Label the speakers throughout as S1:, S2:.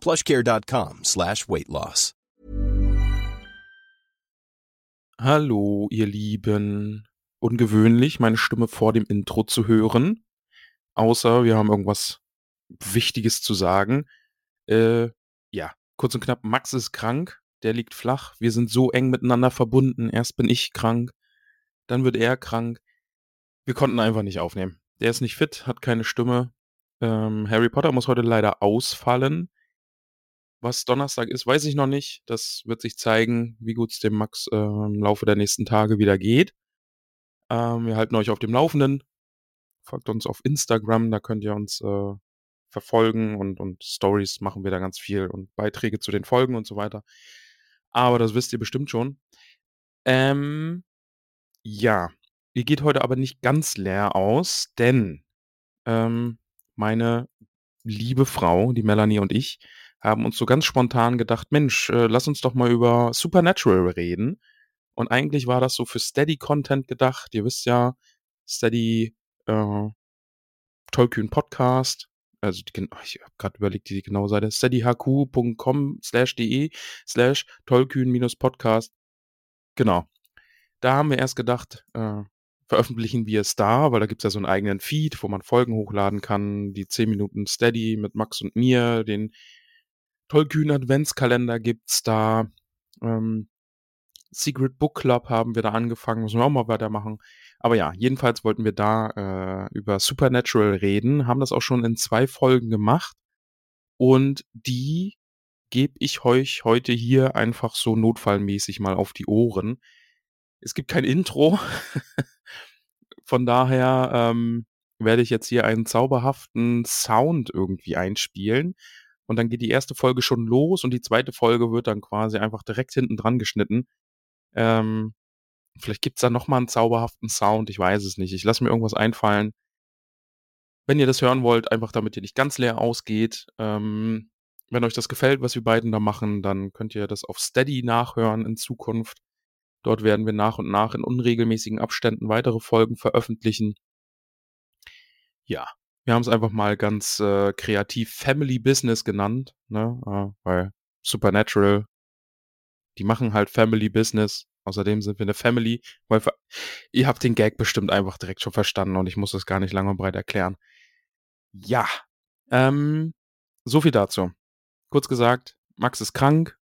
S1: plushcare.com slash weight loss.
S2: Hallo, ihr Lieben. Ungewöhnlich, meine Stimme vor dem Intro zu hören. Außer wir haben irgendwas Wichtiges zu sagen. Äh, ja, kurz und knapp, Max ist krank, der liegt flach. Wir sind so eng miteinander verbunden. Erst bin ich krank, dann wird er krank. Wir konnten einfach nicht aufnehmen. Der ist nicht fit, hat keine Stimme. Ähm, Harry Potter muss heute leider ausfallen. Was Donnerstag ist, weiß ich noch nicht. Das wird sich zeigen, wie gut es dem Max äh, im Laufe der nächsten Tage wieder geht. Ähm, wir halten euch auf dem Laufenden. Folgt uns auf Instagram, da könnt ihr uns äh, verfolgen und, und Stories machen wir da ganz viel und Beiträge zu den Folgen und so weiter. Aber das wisst ihr bestimmt schon. Ähm, ja, ihr geht heute aber nicht ganz leer aus, denn ähm, meine liebe Frau, die Melanie und ich, haben uns so ganz spontan gedacht, Mensch, äh, lass uns doch mal über Supernatural reden. Und eigentlich war das so für Steady-Content gedacht. Ihr wisst ja, Steady, äh, tollkühn Podcast, also die, oh, ich habe gerade überlegt, die genaue Seite, steadyhq.com slash de slash tollkühn-podcast. Genau. Da haben wir erst gedacht, äh, veröffentlichen wir es da, weil da gibt's ja so einen eigenen Feed, wo man Folgen hochladen kann, die 10 Minuten Steady mit Max und mir, den tollkühn Adventskalender gibt's da, ähm, Secret Book Club haben wir da angefangen, müssen wir auch mal weitermachen. Aber ja, jedenfalls wollten wir da äh, über Supernatural reden, haben das auch schon in zwei Folgen gemacht und die gebe ich euch heute hier einfach so notfallmäßig mal auf die Ohren. Es gibt kein Intro, von daher ähm, werde ich jetzt hier einen zauberhaften Sound irgendwie einspielen und dann geht die erste Folge schon los und die zweite Folge wird dann quasi einfach direkt hinten dran geschnitten. Ähm, vielleicht gibt's da noch mal einen zauberhaften Sound, ich weiß es nicht. Ich lasse mir irgendwas einfallen. Wenn ihr das hören wollt, einfach damit ihr nicht ganz leer ausgeht. Ähm, wenn euch das gefällt, was wir beiden da machen, dann könnt ihr das auf Steady nachhören in Zukunft. Dort werden wir nach und nach in unregelmäßigen Abständen weitere Folgen veröffentlichen. Ja, wir haben es einfach mal ganz äh, kreativ Family Business genannt, ne? Äh, weil Supernatural, die machen halt Family Business. Außerdem sind wir eine Family, weil fa ihr habt den Gag bestimmt einfach direkt schon verstanden und ich muss das gar nicht lang und breit erklären. Ja, ähm, so viel dazu. Kurz gesagt, Max ist krank.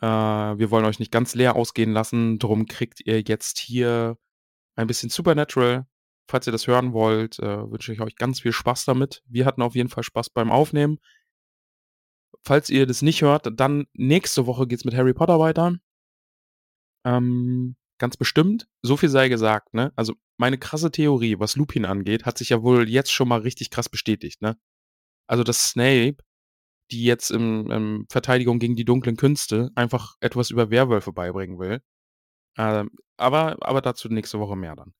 S2: Äh, wir wollen euch nicht ganz leer ausgehen lassen, drum kriegt ihr jetzt hier ein bisschen Supernatural. Falls ihr das hören wollt, äh, wünsche ich euch ganz viel Spaß damit. Wir hatten auf jeden Fall Spaß beim Aufnehmen. Falls ihr das nicht hört, dann nächste Woche geht's mit Harry Potter weiter. Ähm, ganz bestimmt. So viel sei gesagt, ne? Also, meine krasse Theorie, was Lupin angeht, hat sich ja wohl jetzt schon mal richtig krass bestätigt, ne? Also, dass Snape, die jetzt im, im Verteidigung gegen die dunklen Künste einfach etwas über Werwölfe beibringen will. Ähm, aber, aber dazu nächste Woche mehr dann.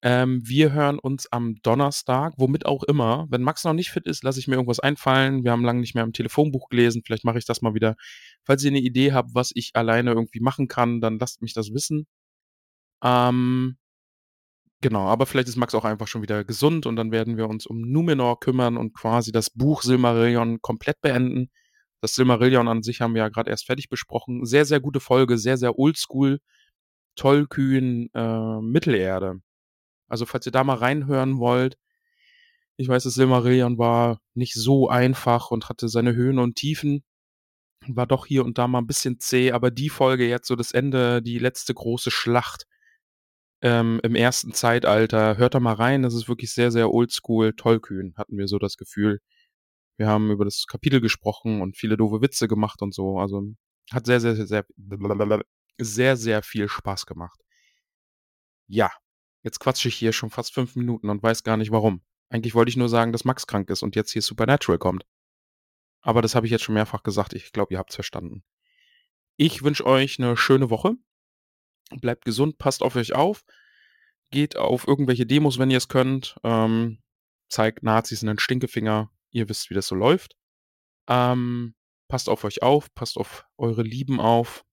S2: Ähm, wir hören uns am Donnerstag, womit auch immer. Wenn Max noch nicht fit ist, lasse ich mir irgendwas einfallen. Wir haben lange nicht mehr im Telefonbuch gelesen. Vielleicht mache ich das mal wieder. Falls ihr eine Idee habt, was ich alleine irgendwie machen kann, dann lasst mich das wissen. Ähm, genau, aber vielleicht ist Max auch einfach schon wieder gesund und dann werden wir uns um Numenor kümmern und quasi das Buch Silmarillion komplett beenden. Das Silmarillion an sich haben wir ja gerade erst fertig besprochen. Sehr, sehr gute Folge, sehr, sehr oldschool, tollkühn, äh, Mittelerde. Also falls ihr da mal reinhören wollt, ich weiß, das Silmarillion war nicht so einfach und hatte seine Höhen und Tiefen. War doch hier und da mal ein bisschen zäh, aber die Folge jetzt, so das Ende, die letzte große Schlacht ähm, im ersten Zeitalter, hört da mal rein. Das ist wirklich sehr, sehr oldschool, tollkühn, hatten wir so das Gefühl. Wir haben über das Kapitel gesprochen und viele doofe Witze gemacht und so. Also hat sehr, sehr, sehr, sehr, sehr, sehr viel Spaß gemacht. Ja, Jetzt quatsche ich hier schon fast fünf Minuten und weiß gar nicht warum. Eigentlich wollte ich nur sagen, dass Max krank ist und jetzt hier Supernatural kommt. Aber das habe ich jetzt schon mehrfach gesagt. Ich glaube, ihr habt's verstanden. Ich wünsche euch eine schöne Woche. Bleibt gesund, passt auf euch auf. Geht auf irgendwelche Demos, wenn ihr es könnt. Ähm, zeigt Nazis einen Stinkefinger. Ihr wisst, wie das so läuft. Ähm, passt auf euch auf, passt auf eure Lieben auf,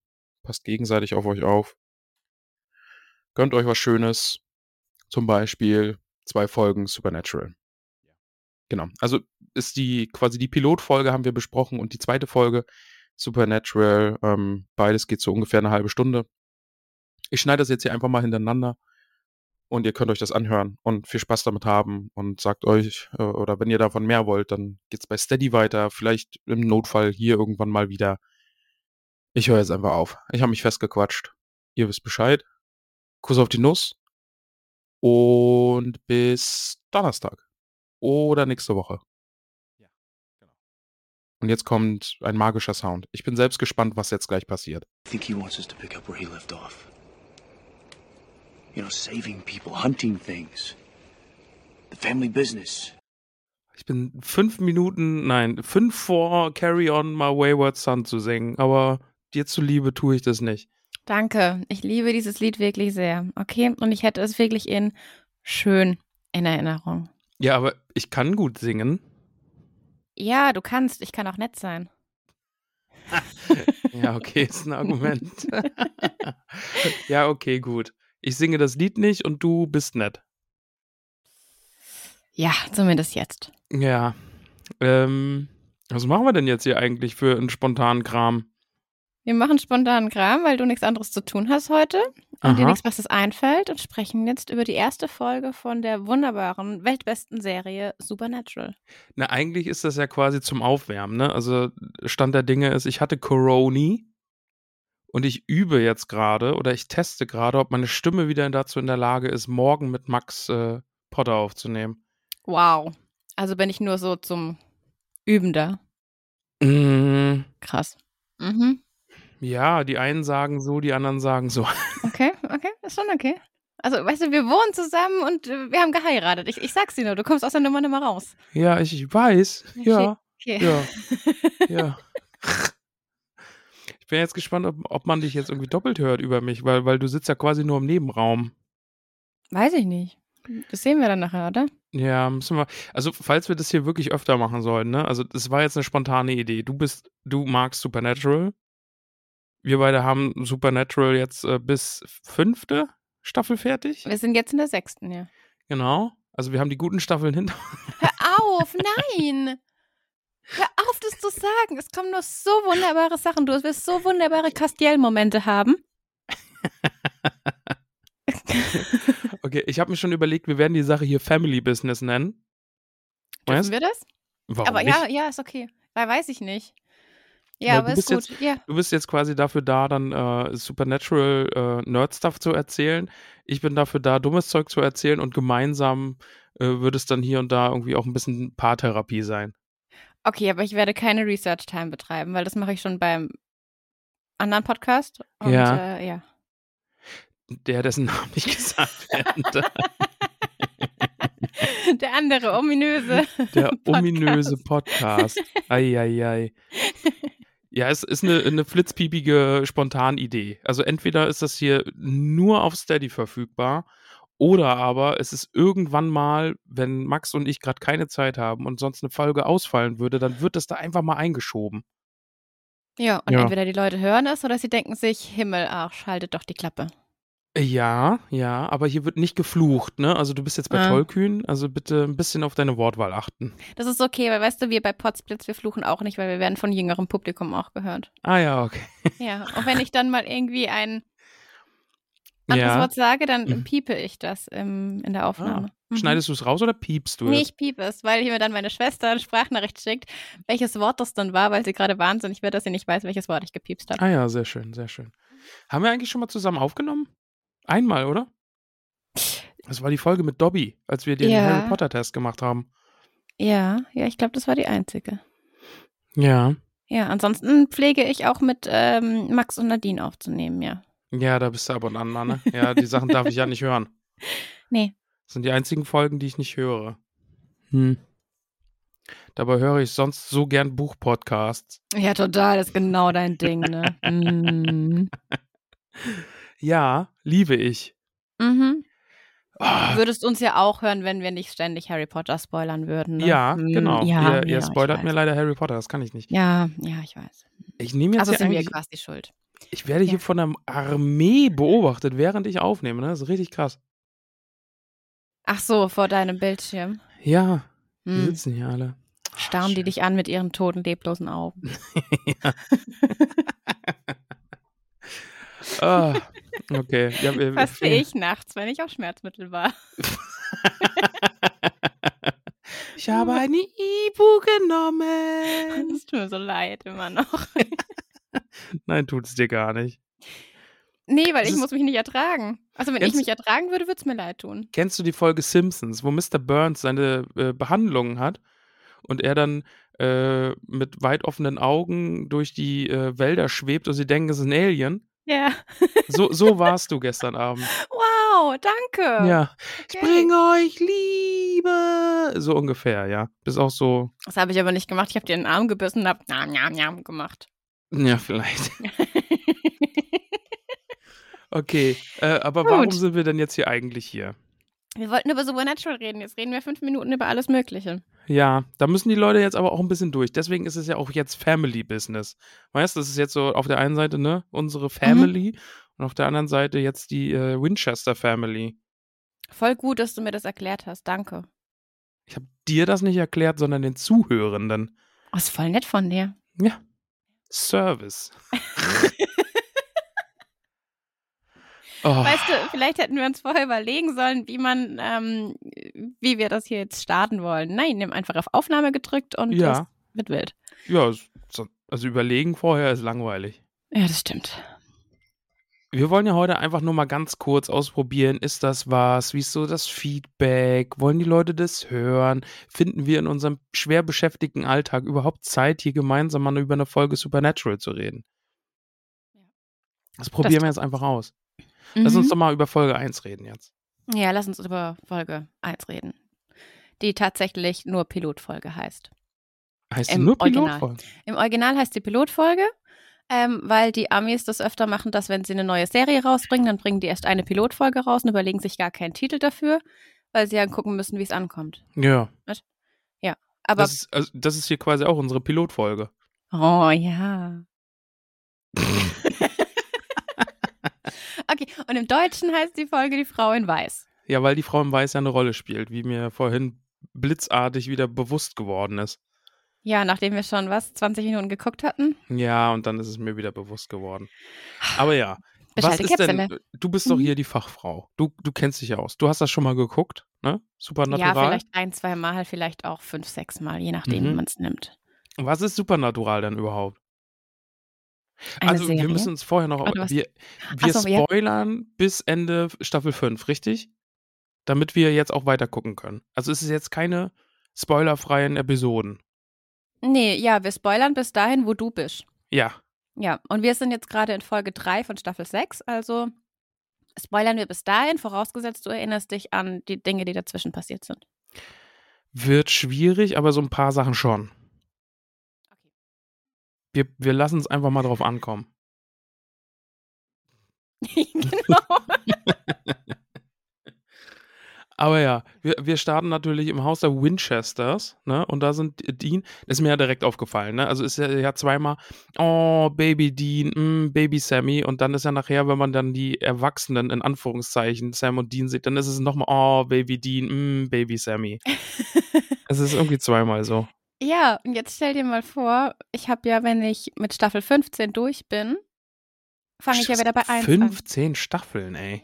S2: passt gegenseitig auf euch auf. Gönnt euch was Schönes. Zum Beispiel zwei Folgen Supernatural. Genau. Also ist die quasi die Pilotfolge haben wir besprochen und die zweite Folge Supernatural. Ähm, beides geht so ungefähr eine halbe Stunde. Ich schneide das jetzt hier einfach mal hintereinander und ihr könnt euch das anhören und viel Spaß damit haben und sagt euch äh, oder wenn ihr davon mehr wollt, dann geht's bei Steady weiter. Vielleicht im Notfall hier irgendwann mal wieder. Ich höre jetzt einfach auf. Ich habe mich festgequatscht. Ihr wisst Bescheid. Kuss auf die Nuss und bis Donnerstag oder nächste Woche. Ja, genau. Und jetzt kommt ein magischer Sound. Ich bin selbst gespannt, was jetzt gleich passiert.
S3: I think he wants us to pick up where he left off. You know, saving people, hunting things, the family business.
S2: Ich bin fünf Minuten, nein, fünf vor Carry On My Wayward Son zu singen, aber dir zuliebe tue ich das nicht.
S4: Danke. Ich liebe dieses Lied wirklich sehr. Okay? Und ich hätte es wirklich in schön in Erinnerung.
S2: Ja, aber ich kann gut singen.
S4: Ja, du kannst. Ich kann auch nett sein.
S2: Ja, okay, ist ein Argument. ja, okay, gut. Ich singe das Lied nicht und du bist nett.
S4: Ja, zumindest jetzt.
S2: Ja. Ähm, was machen wir denn jetzt hier eigentlich für einen spontanen Kram?
S4: Wir machen spontanen Kram, weil du nichts anderes zu tun hast heute und dir
S2: Aha.
S4: nichts Besseres einfällt und sprechen jetzt über die erste Folge von der wunderbaren, weltbesten Serie Supernatural.
S2: Na, eigentlich ist das ja quasi zum Aufwärmen, ne? Also, Stand der Dinge ist, ich hatte Coroni und ich übe jetzt gerade oder ich teste gerade, ob meine Stimme wieder dazu in der Lage ist, morgen mit Max äh, Potter aufzunehmen.
S4: Wow. Also bin ich nur so zum Üben da.
S2: Mm,
S4: Krass. Mhm.
S2: ja, die einen sagen so, die anderen sagen so.
S4: Okay, okay, ist schon okay. Also, weißt du, wir wohnen zusammen und äh, wir haben geheiratet. Ich, ich sag's dir nur, du kommst aus der Nummer nicht mehr raus.
S2: Ja, ich, ich weiß. Ja,
S4: Okay.
S2: ja, ja. Ich bin jetzt gespannt, ob, ob man dich jetzt irgendwie doppelt hört über mich, weil, weil du sitzt ja quasi nur im Nebenraum.
S4: Weiß ich nicht. Das sehen wir dann nachher, oder?
S2: Ja, müssen wir. Also, falls wir das hier wirklich öfter machen sollen, ne? Also, das war jetzt eine spontane Idee. Du bist, du magst Supernatural. Wir beide haben Supernatural jetzt äh, bis fünfte Staffel fertig.
S4: Wir sind jetzt in der sechsten, ja.
S2: Genau. Also, wir haben die guten Staffeln hinter.
S4: Hör auf, nein! Hör auf, das zu sagen. Es kommen nur so wunderbare Sachen. Du wirst so wunderbare Castiel-Momente haben.
S2: Okay, ich habe mir schon überlegt, wir werden die Sache hier Family Business nennen.
S4: Dürfen
S2: Weißt
S4: wir das?
S2: Warum
S4: aber
S2: nicht?
S4: ja, ja, ist okay. Weil weiß ich nicht. Ja,
S2: Weil
S4: aber
S2: du
S4: ist
S2: bist
S4: gut. ja.
S2: Du bist jetzt quasi dafür da, dann äh, Supernatural äh, Nerd-Stuff zu erzählen. Ich bin dafür da, dummes Zeug zu erzählen und gemeinsam äh, wird es dann hier und da irgendwie auch ein bisschen Paartherapie sein.
S4: Okay, aber ich werde keine Research-Time betreiben, weil das mache ich schon beim anderen Podcast. Und,
S2: Ja.
S4: Äh, ja.
S2: Der, dessen Name nicht gesagt werden darf.
S4: Der andere, ominöse.
S2: Der
S4: Podcast.
S2: ominöse Podcast. Eieiei. Ja, es ist eine, eine flitzpiepige Spontanidee. Also entweder ist das hier nur auf Steady verfügbar oder aber es ist irgendwann mal, wenn Max und ich gerade keine Zeit haben und sonst eine Folge ausfallen würde, dann wird das da einfach mal eingeschoben.
S4: Ja, und
S2: Ja.
S4: entweder die Leute hören es oder sie denken sich, Himmel, ach, schaltet doch die Klappe.
S2: Ja, ja, aber hier wird nicht geflucht, ne? Also du bist jetzt bei
S4: Ah.
S2: Tollkühn, also bitte ein bisschen auf deine Wortwahl achten.
S4: Das ist okay, weil weißt du, wir bei Potsblitz, wir fluchen auch nicht, weil wir werden von jüngerem Publikum auch gehört.
S2: Ah ja, okay.
S4: Ja, und wenn ich dann mal irgendwie ein anderes
S2: ja.
S4: Wort sage,
S2: Mhm. Ah,
S4: dann piepe ich das im, in der Aufnahme. Mhm.
S2: Schneidest du es raus oder piepst du
S4: Nee,
S2: es?
S4: ich piepe es, weil mir dann meine Schwester eine Sprachnachricht schickt, welches Wort das dann war, weil sie gerade wahnsinnig wird, dass sie nicht weiß, welches Wort ich gepiepst habe.
S2: Ah ja, sehr schön, sehr schön. Haben wir eigentlich schon mal zusammen aufgenommen? Einmal, oder? Das war die Folge mit Dobby, als wir den
S4: Ja.
S2: Harry Potter Test gemacht haben.
S4: Ja, ja, ich glaube, das war die einzige.
S2: Ja.
S4: Ja, ansonsten pflege ich auch mit ähm, Max und Nadine aufzunehmen, ja.
S2: Ja, da bist du ab und an, mal, ne? Ja, die Sachen darf ich ja nicht hören.
S4: Nee.
S2: Das sind die einzigen Folgen, die ich nicht höre. Hm. Dabei höre ich sonst so gern Buchpodcasts.
S4: Ja, total, das ist genau dein Ding, ne? mm.
S2: Ja, liebe ich.
S4: mhm.
S2: Ah,
S4: Würdest uns ja auch hören, wenn wir nicht ständig Harry Potter spoilern würden. Ne?
S2: ja,
S4: Mm,
S2: genau.
S4: Ja,
S2: ihr ihr
S4: ja, ich
S2: spoilert
S4: weiß.
S2: mir leider Harry Potter, das kann ich nicht.
S4: Ja, ja, ich weiß.
S2: Ich nehme jetzt
S4: Also
S2: hier
S4: sind wir
S2: eigentlich,
S4: quasi schuld.
S2: ich werde
S4: ja.
S2: hier von einer Armee beobachtet, während ich aufnehme. Ne? Das ist richtig krass.
S4: Ach so, vor deinem Bildschirm.
S2: Ja, die
S4: Hm.
S2: sitzen hier alle.
S4: Starren die dich an mit ihren toten, leblosen Augen.
S2: Ah, okay. Ja, wir- wir-
S4: Was wie ich nachts, wenn ich auf Schmerzmittel war.
S2: Ich habe eine Ibu genommen.
S4: Es tut mir so leid immer noch.
S2: Nein, tut es dir gar nicht.
S4: Nee, weil
S2: Es
S4: ich
S2: ist-
S4: muss mich nicht ertragen. Also wenn ich
S2: Ganz-
S4: mich ertragen würde, würde es mir leid tun.
S2: Kennst du die Folge Simpsons, wo Mr. Burns seine äh, Behandlungen hat und er dann äh, mit weit offenen Augen durch die äh, Wälder schwebt und sie denken, es ist ein Alien?
S4: Ja.
S2: So, so warst du gestern Abend.
S4: Wow, danke.
S2: Ja.
S4: Oh, Okay.
S2: Ich bring euch Liebe. So ungefähr, ja. Bist auch so.
S4: Das habe ich aber nicht gemacht. Ich habe dir in den Arm gebissen und habe nam, nam, nam gemacht.
S2: Ja, vielleicht. Okay. Äh, aber
S4: Gut.
S2: warum sind wir denn jetzt hier eigentlich hier?
S4: wir wollten über Supernatural reden. Jetzt reden wir fünf Minuten über alles Mögliche.
S2: Ja, da müssen die Leute jetzt aber auch ein bisschen durch. Deswegen ist es ja auch jetzt Family Business. Weißt du, das ist jetzt so auf der einen Seite, ne,
S4: Mhm.
S2: unsere Family und auf der anderen Seite jetzt die äh, Winchester Family.
S4: Voll gut, dass du mir das erklärt hast. Danke.
S2: Ich habe dir das nicht erklärt, sondern den Zuhörenden.
S4: Oh, ist voll nett von dir.
S2: Ja. Service. oh,
S4: Weißt du, vielleicht hätten wir uns vorher überlegen sollen, wie man, ähm, wie wir das hier jetzt starten wollen. Nein, nimm einfach auf Aufnahme gedrückt und
S2: Ja.
S4: das wird wild.
S2: ja, es- so- also überlegen vorher ist langweilig.
S4: Ja, das stimmt.
S2: Wir wollen ja heute einfach nur mal ganz kurz ausprobieren, ist das was? Wie ist so das Feedback? Wollen die Leute das hören? Finden wir in unserem schwer beschäftigten Alltag überhaupt Zeit, hier gemeinsam mal über eine Folge Supernatural zu reden? Das probieren wir jetzt einfach aus. Lass
S4: Mhm.
S2: uns doch mal über Folge 1 reden jetzt.
S4: Ja, lass uns über Folge 1 reden. Die tatsächlich nur Pilotfolge heißt.
S2: Heißt
S4: Im
S2: sie nur
S4: Original.
S2: Pilotfolge?
S4: Im Original heißt die Pilotfolge, ähm, weil die Amis das öfter machen, dass wenn sie eine neue Serie rausbringen, dann bringen die erst eine Pilotfolge raus und überlegen sich gar keinen Titel dafür, weil sie ja gucken müssen, wie es ankommt.
S2: Ja,
S4: Aber
S2: das ist, also, das ist hier quasi auch unsere Pilotfolge.
S4: oh ja. okay, und im Deutschen heißt die Folge die Frau in Weiß.
S2: Ja, weil die Frau im Weiß ja eine Rolle spielt, wie mir vorhin blitzartig wieder bewusst geworden ist.
S4: Ja, nachdem wir schon was 20 Minuten geguckt hatten.
S2: Ja, und dann ist es mir wieder bewusst geworden. Aber ja, was
S4: Bescheid,
S2: ist
S4: Kitzele.
S2: denn, äh, du bist doch
S4: Mhm.
S2: hier die Fachfrau. Du, du kennst dich ja aus. Du hast das schon mal geguckt, ne?
S4: Ja,
S2: Supernatural.
S4: vielleicht ein, zwei Mal, vielleicht auch fünf, sechs Mal, je nachdem, wie
S2: Mhm.
S4: man es nimmt.
S2: Was ist Supernatural denn überhaupt?
S4: Eine
S2: also,
S4: Serie.
S2: wir müssen uns vorher noch,
S4: Warte, was-
S2: wir, wir
S4: Ach so, ja.
S2: spoilern bis Ende Staffel 5, richtig? Damit wir jetzt auch weiter gucken können. Also, es ist jetzt keine spoilerfreien Episoden.
S4: Nee, ja, wir spoilern bis dahin, wo du bist.
S2: Ja,
S4: Ja, und wir sind jetzt gerade in Folge 3 von Staffel 6, also spoilern wir bis dahin, vorausgesetzt du erinnerst dich an die Dinge, die dazwischen passiert sind.
S2: wird schwierig, aber so ein paar Sachen schon.
S4: Okay.
S2: Wir, wir lassen es einfach mal drauf ankommen.
S4: genau.
S2: Aber ja, wir, wir starten natürlich im Haus der Winchesters, ne? Und da sind Dean, das ist mir ja direkt aufgefallen, ne? Also ist ja, ja zweimal, oh, Baby Dean, mm, Baby Sammy. Und dann ist ja nachher, wenn man dann die Erwachsenen in Anführungszeichen Sam und Dean sieht, dann ist es nochmal, oh, Baby Dean, mm, Baby Sammy. es ist irgendwie zweimal so.
S4: Ja, und jetzt stell dir mal vor, ich habe ja, wenn ich mit Staffel 15 durch bin, fange ich ja wieder bei 1 an.
S2: 15 Staffeln, ey.
S4: Ja.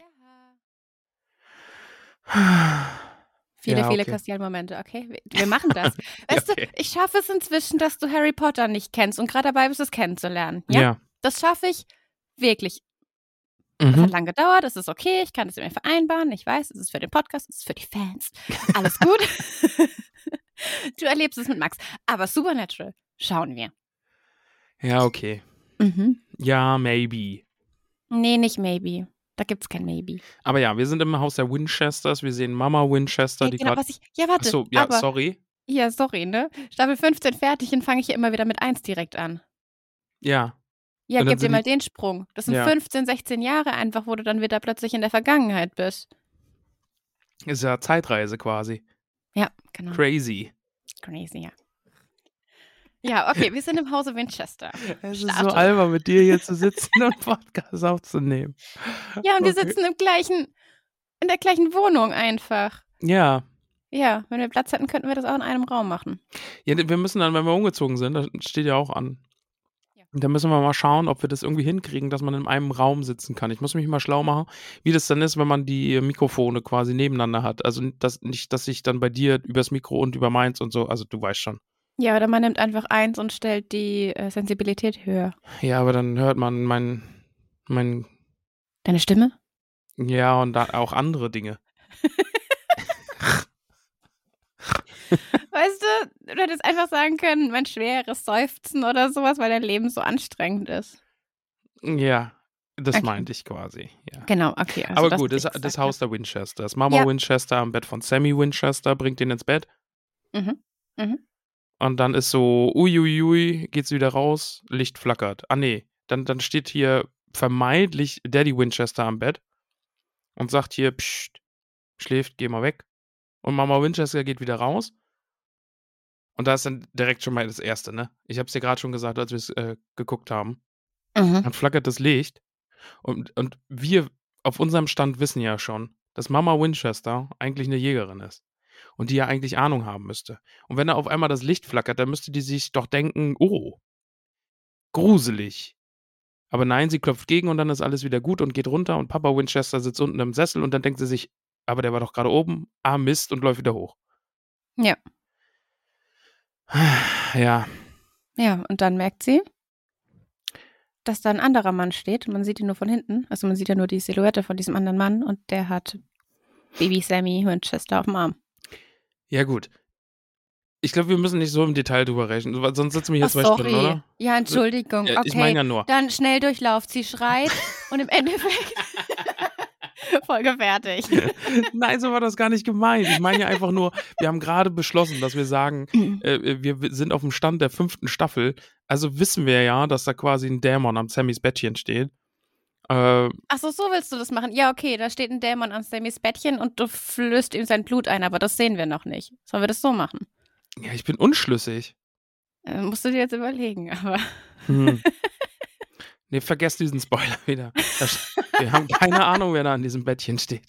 S4: Viele,
S2: Ja,
S4: viele
S2: okay.
S4: Castiel-Momente, okay? Wir- Wir machen das. Weißt
S2: okay.
S4: du, ich schaffe es inzwischen, dass du Harry Potter nicht kennst und gerade dabei bist, es kennenzulernen. Ja.
S2: Ja.
S4: Das schaffe ich wirklich. Es
S2: Mhm.
S4: hat lang gedauert, es ist okay, ich kann es mit mir vereinbaren. Ich weiß, es ist für den Podcast, es ist für die Fans. Alles gut. du erlebst es mit Max. Aber Supernatural, schauen wir.
S2: Ja, okay.
S4: Mhm.
S2: Ja, maybe.
S4: Nee, nicht maybe. Da gibt's kein Maybe.
S2: Aber ja, wir sind im Haus der Winchesters. Wir sehen Mama Winchester,
S4: Ja,
S2: die
S4: genau,
S2: gerade.
S4: was ich, ja, warte.
S2: Achso, ja,
S4: aber,
S2: sorry.
S4: Ja, sorry, ne? Staffel 15 fertig, dann fange ich ja immer wieder mit 1 direkt an.
S2: Ja.
S4: Ja,
S2: Und dann
S4: gib dir
S2: sind
S4: mal
S2: die-
S4: den Sprung. Das sind
S2: Ja.
S4: 15, 16 Jahre einfach, wo du dann wieder plötzlich in der Vergangenheit bist.
S2: Ist ja Zeitreise quasi.
S4: Ja, genau.
S2: Crazy.
S4: Crazy, ja. Ja, okay, wir sind im Hause Winchester.
S2: Es ist so
S4: Starte.
S2: albern, mit dir hier zu sitzen und Podcast aufzunehmen.
S4: Ja, und wir
S2: Okay.
S4: sitzen im gleichen, in der gleichen Wohnung einfach.
S2: Ja.
S4: Ja, wenn wir Platz hätten, könnten wir das auch in einem Raum machen.
S2: ja, wir müssen dann, wenn wir umgezogen sind, das steht ja auch an.
S4: Ja.
S2: Und dann müssen wir mal schauen, ob wir das irgendwie hinkriegen, dass man in einem Raum sitzen kann. Ich muss mich mal schlau machen, wie das dann ist, wenn man die äh, Mikrofone quasi nebeneinander hat. Also das, nicht, dass ich dann bei dir übers Mikro und über meins und so, also du weißt schon.
S4: Ja, oder man nimmt einfach eins und stellt die äh, Sensibilität höher.
S2: Ja, aber dann hört man mein, mein,
S4: Deine Stimme?
S2: ja, und da auch andere Dinge.
S4: Weißt du, du hättest einfach sagen können, mein schweres Seufzen oder sowas, weil dein Leben so anstrengend ist.
S2: Ja, das
S4: Okay.
S2: meinte ich quasi, ja.
S4: Genau, okay. Also
S2: aber
S4: das,
S2: gut,
S4: was
S2: das,
S4: ich gesagt
S2: das
S4: habe.
S2: Haus der Winchesters. Mama
S4: Ja.
S2: Winchester am Bett von Sammy Winchester, bringt ihn ins Bett.
S4: Mhm, mhm.
S2: Und dann ist so, uiuiui, geht's wieder raus, Licht flackert. Ah, nee, dann, dann steht hier vermeintlich Daddy Winchester am Bett und sagt hier, psst, schläft, geh mal weg. Und Mama Winchester geht wieder raus. Und da ist dann direkt schon mal das Erste, ne? Ich hab's dir gerade schon gesagt, als wir es äh, geguckt haben.
S4: Mhm.
S2: Dann flackert das Licht. Und, und wir auf unserem Stand wissen ja schon, dass Mama Winchester eigentlich eine Jägerin ist. Und die ja eigentlich Ahnung haben müsste. Und wenn da auf einmal das Licht flackert, dann müsste die sich doch denken, oh, gruselig. Aber nein, sie klopft gegen und dann ist alles wieder gut und geht runter und Papa Winchester sitzt unten im Sessel und dann denkt sie sich, aber der war doch gerade oben, ah Mist und läuft wieder hoch.
S4: Ja.
S2: Ja,
S4: Ja, und dann merkt sie, dass da ein anderer Mann steht. Man sieht ihn nur von hinten. Also man sieht ja nur die Silhouette von diesem anderen Mann und der hat Baby Sammy Winchester auf dem Arm.
S2: ja gut. Ich glaube, wir müssen nicht so im Detail drüber reden, weil sonst sitzen wir hier
S4: Ach,
S2: zwei Stunden, oder?
S4: Ja, Entschuldigung.
S2: Ja,
S4: okay.
S2: Ich meine ja nur.
S4: Dann schnell durchlauf. Sie schreit und im Endeffekt Folge fertig.
S2: Nein, so war das gar nicht gemeint. Ich meine ja einfach nur, wir haben gerade beschlossen, dass wir sagen, äh, äh, wir w- sind auf dem Stand der fünften Staffel. Also wissen wir ja, dass da quasi ein Dämon am Sammys Bettchen steht. Äh,
S4: Achso, so willst du das machen. Ja, okay, da steht ein Dämon an Sammys Bettchen und du flößt ihm sein Blut ein, aber das sehen wir noch nicht. Sollen wir das so machen?
S2: ja, ich bin unschlüssig.
S4: Äh, musst du dir jetzt überlegen, aber.
S2: Hm. Nee, vergesst diesen Spoiler wieder. Da st- Wir haben keine Ahnung, wer da an diesem Bettchen steht.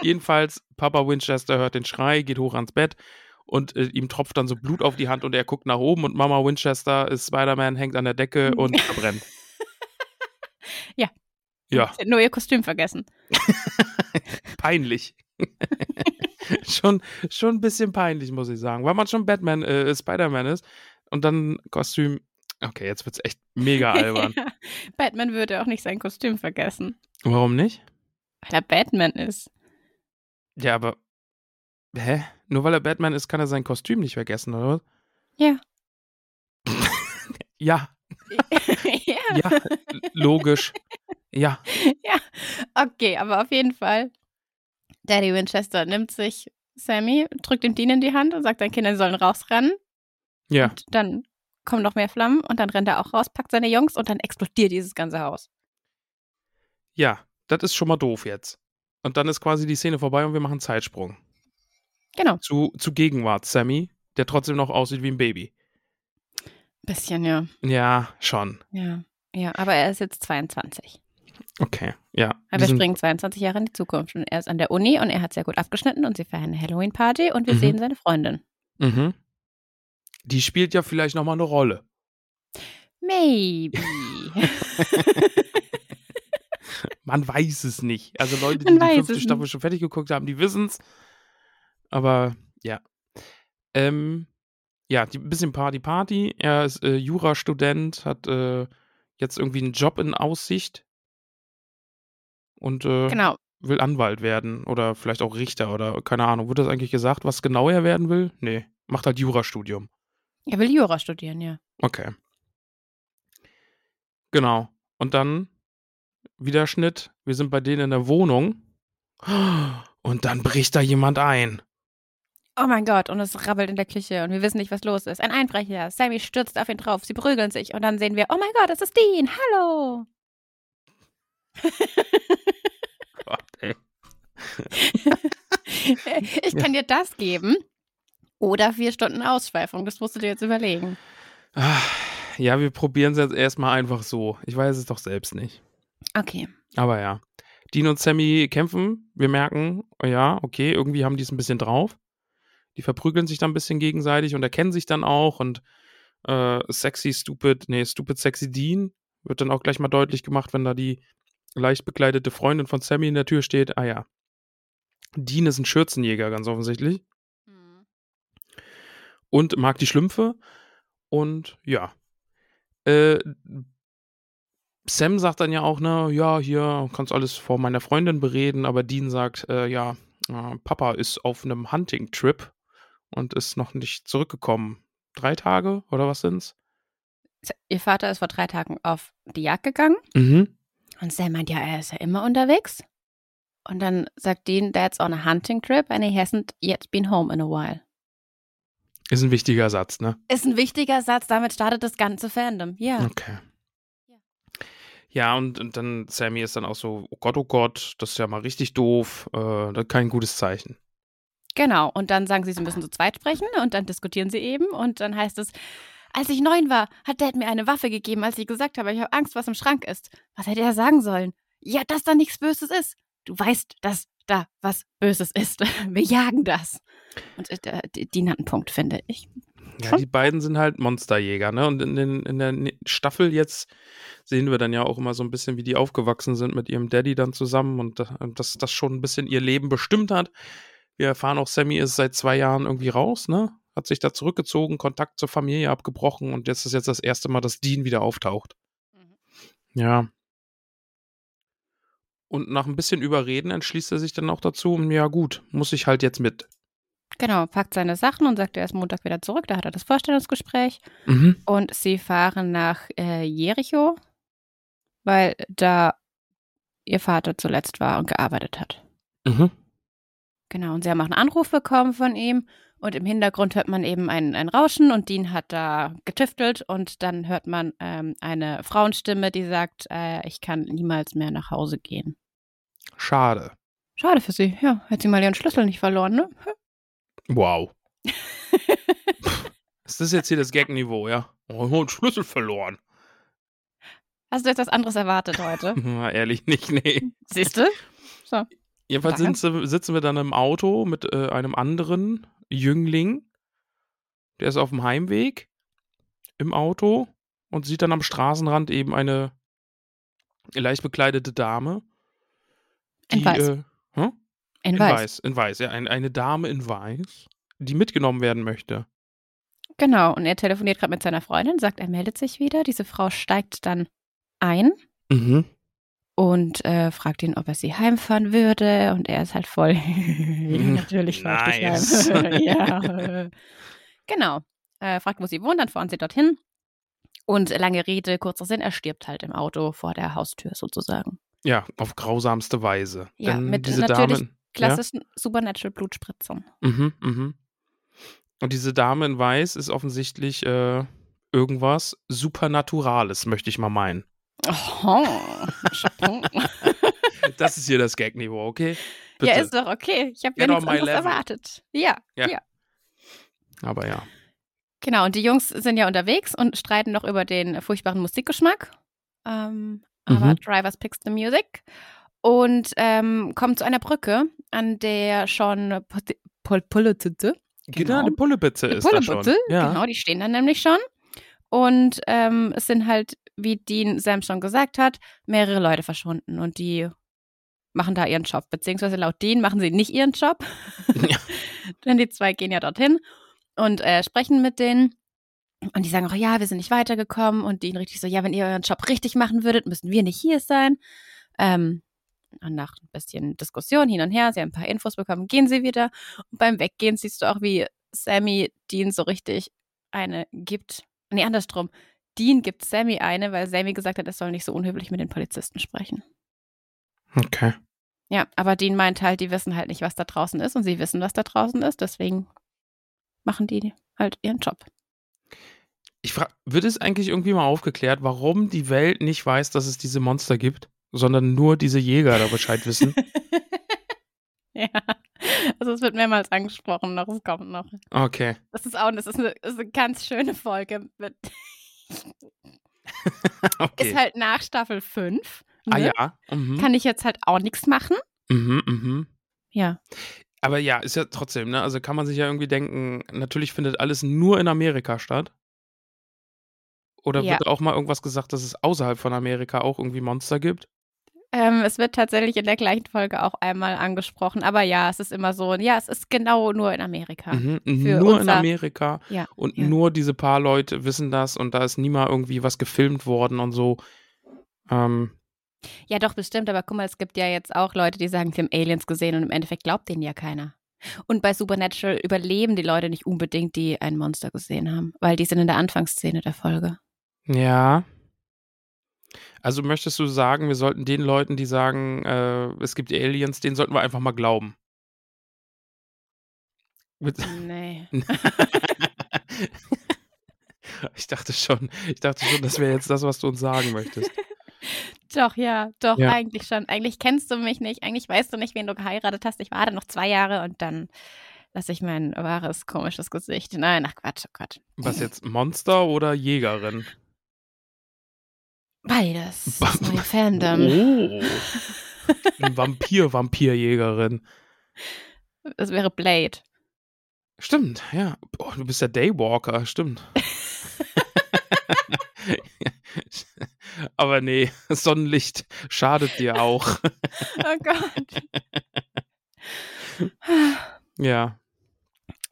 S2: Jedenfalls, Papa Winchester hört den Schrei, geht hoch ans Bett und äh, ihm tropft dann so Blut auf die Hand und er guckt nach oben und Mama Winchester ist Spider-Man, hängt an der Decke und verbrennt.
S4: Ja.
S2: Ja,
S4: Sie hat Nur ihr Kostüm vergessen.
S2: peinlich. schon, schon ein bisschen peinlich, muss ich sagen. Weil man schon Batman, äh, Spider-Man ist und dann Kostüm. Okay, jetzt wird's echt mega albern.
S4: Batman würde auch nicht sein Kostüm vergessen,
S2: Warum nicht?
S4: weil er Batman ist.
S2: Ja, aber. Hä? Nur weil er Batman ist, kann er sein Kostüm nicht vergessen, oder? was?
S4: Ja.
S2: Ja,
S4: ja.
S2: ja, l- logisch. Ja.
S4: Okay, aber auf jeden Fall. Daddy Winchester nimmt sich Sammy, drückt ihm Dean in die Hand und sagt seinen Kindern, sie sollen rausrennen.
S2: Ja.
S4: Und dann kommen noch mehr Flammen und dann rennt er auch raus, packt seine Jungs und dann explodiert dieses ganze Haus.
S2: Ja. Das ist schon mal doof jetzt. Und dann ist quasi die Szene vorbei und wir machen einen Zeitsprung.
S4: Genau.
S2: Zu, zu Gegenwart, Sammy, der trotzdem noch aussieht wie ein Baby.
S4: Bisschen, ja.
S2: Ja, schon.
S4: Ja. Ja, aber er ist jetzt 22.
S2: Okay. Ja.
S4: Aber
S2: Wir
S4: wir
S2: sind-
S4: springen 22 Jahre in die Zukunft und er ist an der Uni und er hat sehr gut abgeschnitten und sie feiern eine Halloween-Party und wir
S2: Mhm.
S4: sehen seine Freundin.
S2: Mhm. Die spielt ja vielleicht nochmal eine Rolle.
S4: Maybe.
S2: Man weiß es nicht. Also Leute, die
S4: Man
S2: die
S4: weiß
S2: fünfte
S4: es
S2: Staffel schon fertig geguckt haben, die wissen es. Aber ja. Ähm, ja, die- ein bisschen Party Party. Er ist äh, Jurastudent, hat äh, jetzt irgendwie einen Job in Aussicht und äh,
S4: genau.
S2: will Anwalt werden oder vielleicht auch Richter oder keine Ahnung. Wurde das eigentlich gesagt, was genau er werden will? Nee, macht halt Jurastudium.
S4: Er will Jura studieren, ja.
S2: Okay. Genau. Und dann wieder Schnitt. Wir sind bei denen in der Wohnung. Und dann bricht da jemand ein.
S4: Oh mein Gott, und es rabbelt in der Küche und wir wissen nicht, was los ist. Ein Einbrecher. Sammy stürzt auf ihn drauf, sie prügeln sich und dann sehen wir, oh mein Gott, das ist Dean, hallo.
S2: Gott, ey.
S4: ich kann dir das geben oder vier Stunden Ausschweifung, das musst du dir jetzt überlegen.
S2: Ah, Ja, wir probieren es jetzt erstmal einfach so. Ich weiß es doch selbst nicht.
S4: Okay.
S2: Aber ja. Dean und Sammy kämpfen. Wir merken, oh ja, okay, irgendwie haben die es ein bisschen drauf. Die verprügeln sich dann ein bisschen gegenseitig und erkennen sich dann auch. Und äh, sexy, stupid, nee, stupid, sexy Dean wird dann auch gleich mal deutlich gemacht, wenn da die leicht bekleidete Freundin von Sammy in der Tür steht. Ah ja. Dean ist ein Schürzenjäger, ganz offensichtlich.
S4: Hm.
S2: und mag die Schlümpfe. Und ja. Äh, Sam sagt dann ja auch, ne, ja, hier kannst alles vor meiner Freundin bereden, aber Dean sagt, äh, ja, äh, Papa ist auf einem Hunting-Trip und ist noch nicht zurückgekommen. Drei Tage oder was sind's?
S4: Ihr Vater ist vor drei Tagen auf die Jagd gegangen
S2: Mhm.
S4: und Sam meint, ja, er ist ja immer unterwegs. Und dann sagt Dean, that's on a hunting trip and he hasn't yet been home in a while.
S2: Ist ein wichtiger Satz, ne?
S4: Ist ein wichtiger Satz, damit startet das ganze Fandom. Ja.
S2: Okay. Ja, und, und dann Sammy ist dann auch so, oh Gott, oh Gott, das ist ja mal richtig doof, äh, das ist kein gutes Zeichen.
S4: Genau, und dann sagen sie, sie müssen zu zweit sprechen und dann diskutieren sie eben und dann heißt es, als ich neun war, hat Dad mir eine Waffe gegeben, als ich gesagt habe, ich habe Angst, was im Schrank ist. Was hätte er sagen sollen? Ja, dass da nichts Böses ist. Du weißt, dass da was Böses ist. Wir jagen das. Und äh, Dean hat einen Punkt, finde ich.
S2: Ja,
S4: Schon.
S2: die beiden sind halt Monsterjäger, ne? Und in, den, in der ne- Staffel jetzt sehen wir dann ja auch immer so ein bisschen, wie die aufgewachsen sind mit ihrem Daddy dann zusammen und da- und dass das schon ein bisschen ihr Leben bestimmt hat. Wir erfahren auch, Sammy ist seit zwei Jahren irgendwie raus, ne? Hat sich da zurückgezogen, Kontakt zur Familie abgebrochen und jetzt ist jetzt das erste Mal, dass Dean wieder auftaucht. Ja. Und nach ein bisschen Überreden entschließt er sich dann auch dazu, ja gut, muss ich halt jetzt mit.
S4: Genau, packt seine Sachen und sagt, er ist Montag wieder zurück. Da hat er das Vorstellungsgespräch.
S2: Mhm.
S4: Und sie fahren nach äh, Jericho, weil da ihr Vater zuletzt war und gearbeitet hat.
S2: Mhm.
S4: Genau, und sie haben auch einen Anruf bekommen von ihm. Und im Hintergrund hört man eben ein, ein Rauschen und Dean hat da getüftelt und dann hört man ähm, eine Frauenstimme, die sagt, äh, ich kann niemals mehr nach Hause gehen.
S2: Schade.
S4: Schade für sie, ja. Hat sie mal ihren Schlüssel nicht verloren, ne?
S2: Wow. Ist das jetzt hier das Gag-Niveau, ja? Oh, ich hab einen Schlüssel verloren.
S4: Hast du jetzt was anderes erwartet heute?
S2: Mal ehrlich nicht, nee.
S4: Siehst du?
S2: Jedenfalls
S4: Danke.
S2: sind, sie- sitzen wir dann im Auto mit äh, einem anderen Jüngling. Der ist auf dem Heimweg im Auto und sieht dann am Straßenrand eben eine leicht bekleidete Dame.
S4: In weiß.
S2: Äh, hä?
S4: In,
S2: In
S4: weiß.
S2: weiß, in weiß, ja. Ein, eine Dame in weiß, die mitgenommen werden möchte.
S4: Genau, und er telefoniert gerade mit seiner Freundin, sagt, er meldet sich wieder. Diese Frau steigt dann ein
S2: Mhm.
S4: und äh, fragt ihn, ob er sie heimfahren würde. Und er ist halt voll. Natürlich fahr ich
S2: Mhm. Nice.
S4: dich heim. ja. Genau. Äh, fragt, wo sie wohnt, dann fahren sie dorthin. Und lange Rede, kurzer Sinn, er stirbt halt im Auto vor der Haustür sozusagen.
S2: Ja, auf grausamste Weise.
S4: Ja,
S2: Denn
S4: mit
S2: diese
S4: natürlich
S2: Dame,
S4: Klassischen Supernatural-Blutspritzern.
S2: Mhm, mhm. Und diese Dame in Weiß ist offensichtlich äh, irgendwas Supernaturales, möchte ich mal meinen.
S4: Oh, Chapeau.
S2: Das ist hier das Gag-Niveau, okay? Bitte.
S4: ja, ist doch okay. Ich habe
S2: Get
S4: ja
S2: on
S4: nichts
S2: my
S4: anderes
S2: level.
S4: erwartet. Ja,
S2: Ja.
S4: ja,
S2: Aber ja.
S4: Genau, und die Jungs sind ja unterwegs und streiten noch über den furchtbaren Musikgeschmack. Ähm, aber
S2: Mhm.
S4: Drivers picks the music. Und ähm, kommen zu einer Brücke, an der schon Pol- Pol Polizisten-
S2: Genau, eine Pullebitze
S4: eine
S2: ist da schon.
S4: Pullebutze,
S2: Ja.
S4: Genau, die stehen dann nämlich schon. Und ähm, es sind halt, wie Dean Sam schon gesagt hat, mehrere Leute verschwunden und die machen da ihren Job. Beziehungsweise laut Dean machen sie nicht ihren Job.
S2: Ja.
S4: Denn die zwei gehen ja dorthin und äh, sprechen mit denen. Und die sagen auch, ja, wir sind nicht weitergekommen. Und Dean richtig so, ja, wenn ihr euren Job richtig machen würdet, müssten wir nicht hier sein. Ähm, und nach ein bisschen Diskussion hin und her, sie haben ein paar Infos bekommen, gehen sie wieder. Und beim Weggehen siehst du auch, wie Sammy Dean so richtig eine gibt. Nee, andersrum. Dean gibt Sammy eine, weil Sammy gesagt hat, er soll nicht so unhöflich mit den Polizisten sprechen.
S2: Okay.
S4: Ja, aber Dean meint halt, die wissen halt nicht, was da draußen ist und sie wissen, was da draußen ist. Deswegen machen die halt ihren Job.
S2: Ich frage, wird es eigentlich irgendwie mal aufgeklärt, warum die Welt nicht weiß, dass es diese Monster gibt, sondern nur diese Jäger da Bescheid wissen?
S4: Ja. Also es wird mehrmals angesprochen noch, es kommt noch.
S2: Okay.
S4: Das ist auch das ist eine, ist eine ganz schöne Folge. Mit,
S2: okay.
S4: Ist halt nach Staffel 5.
S2: ah ja. Mhm.
S4: ne? Kann ich jetzt halt auch nichts machen.
S2: mhm, mhm.
S4: Ja.
S2: Aber ja, ist ja trotzdem, ne? Also kann man sich ja irgendwie denken, natürlich findet alles nur in Amerika statt. Oder
S4: Ja.
S2: wird auch mal irgendwas gesagt, dass es außerhalb von Amerika auch irgendwie Monster gibt?
S4: Ähm, es wird tatsächlich in der gleichen Folge auch einmal angesprochen. Aber ja, es ist immer so, ja, es ist genau nur in Amerika.
S2: Mhm.
S4: für
S2: Nur in
S4: unser-
S2: Amerika.
S4: Ja,
S2: Und
S4: ja.
S2: nur diese paar Leute wissen das und da ist nie mal irgendwie was gefilmt worden und so. Ähm,
S4: Ja, doch, bestimmt. Aber guck mal, es gibt ja jetzt auch Leute, die sagen, sie haben Aliens gesehen und im Endeffekt glaubt denen ja keiner. Und bei Supernatural überleben die Leute nicht unbedingt, die ein Monster gesehen haben, weil die sind in der Anfangsszene der Folge.
S2: ja. Also möchtest du sagen, wir sollten den Leuten, die sagen, äh, es gibt Aliens, denen sollten wir einfach mal glauben. Mit,
S4: Nee.
S2: Ich dachte schon, ich dachte schon, das wäre jetzt das, was du uns sagen möchtest.
S4: Doch, ja, doch,
S2: Ja.
S4: eigentlich schon. Eigentlich kennst du mich nicht. Eigentlich weißt du nicht, wen du geheiratet hast. Ich warte noch zwei Jahre und dann lasse ich mein wahres, komisches Gesicht. Nein, ach Quatsch, oh Gott.
S2: Was jetzt Monster oder Jägerin?
S4: Beides. Das ist mein Fandom.
S2: Oh. Ein Vampir, Vampirjägerin.
S4: Das wäre Blade.
S2: Stimmt, ja. Boah, du bist der Daywalker, stimmt. Aber nee, Sonnenlicht schadet dir auch.
S4: Oh Gott.
S2: Ja.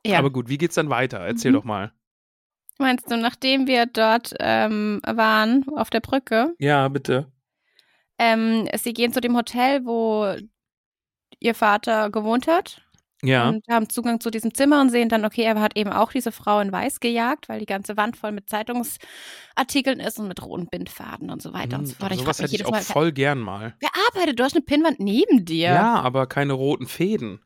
S4: Ja.
S2: Aber gut, wie geht's dann weiter? Erzähl
S4: Mhm.
S2: doch mal.
S4: Meinst du, nachdem wir dort ähm, waren, auf der Brücke,
S2: Ja, bitte.
S4: ähm, sie gehen zu dem Hotel, wo ihr Vater gewohnt hat
S2: Ja.
S4: und haben Zugang zu diesem Zimmer und sehen dann, okay, er hat eben auch diese Frau in Weiß gejagt, weil die ganze Wand voll mit Zeitungsartikeln ist und mit roten Bindfaden und so weiter und so fort.
S2: Hm, Mhm. sowas
S4: frag mich
S2: hätte ich
S4: jedes
S2: auch
S4: Mal,
S2: voll gern mal.
S4: wer arbeitet? Du hast eine Pinnwand neben dir.
S2: Ja. aber keine roten Fäden.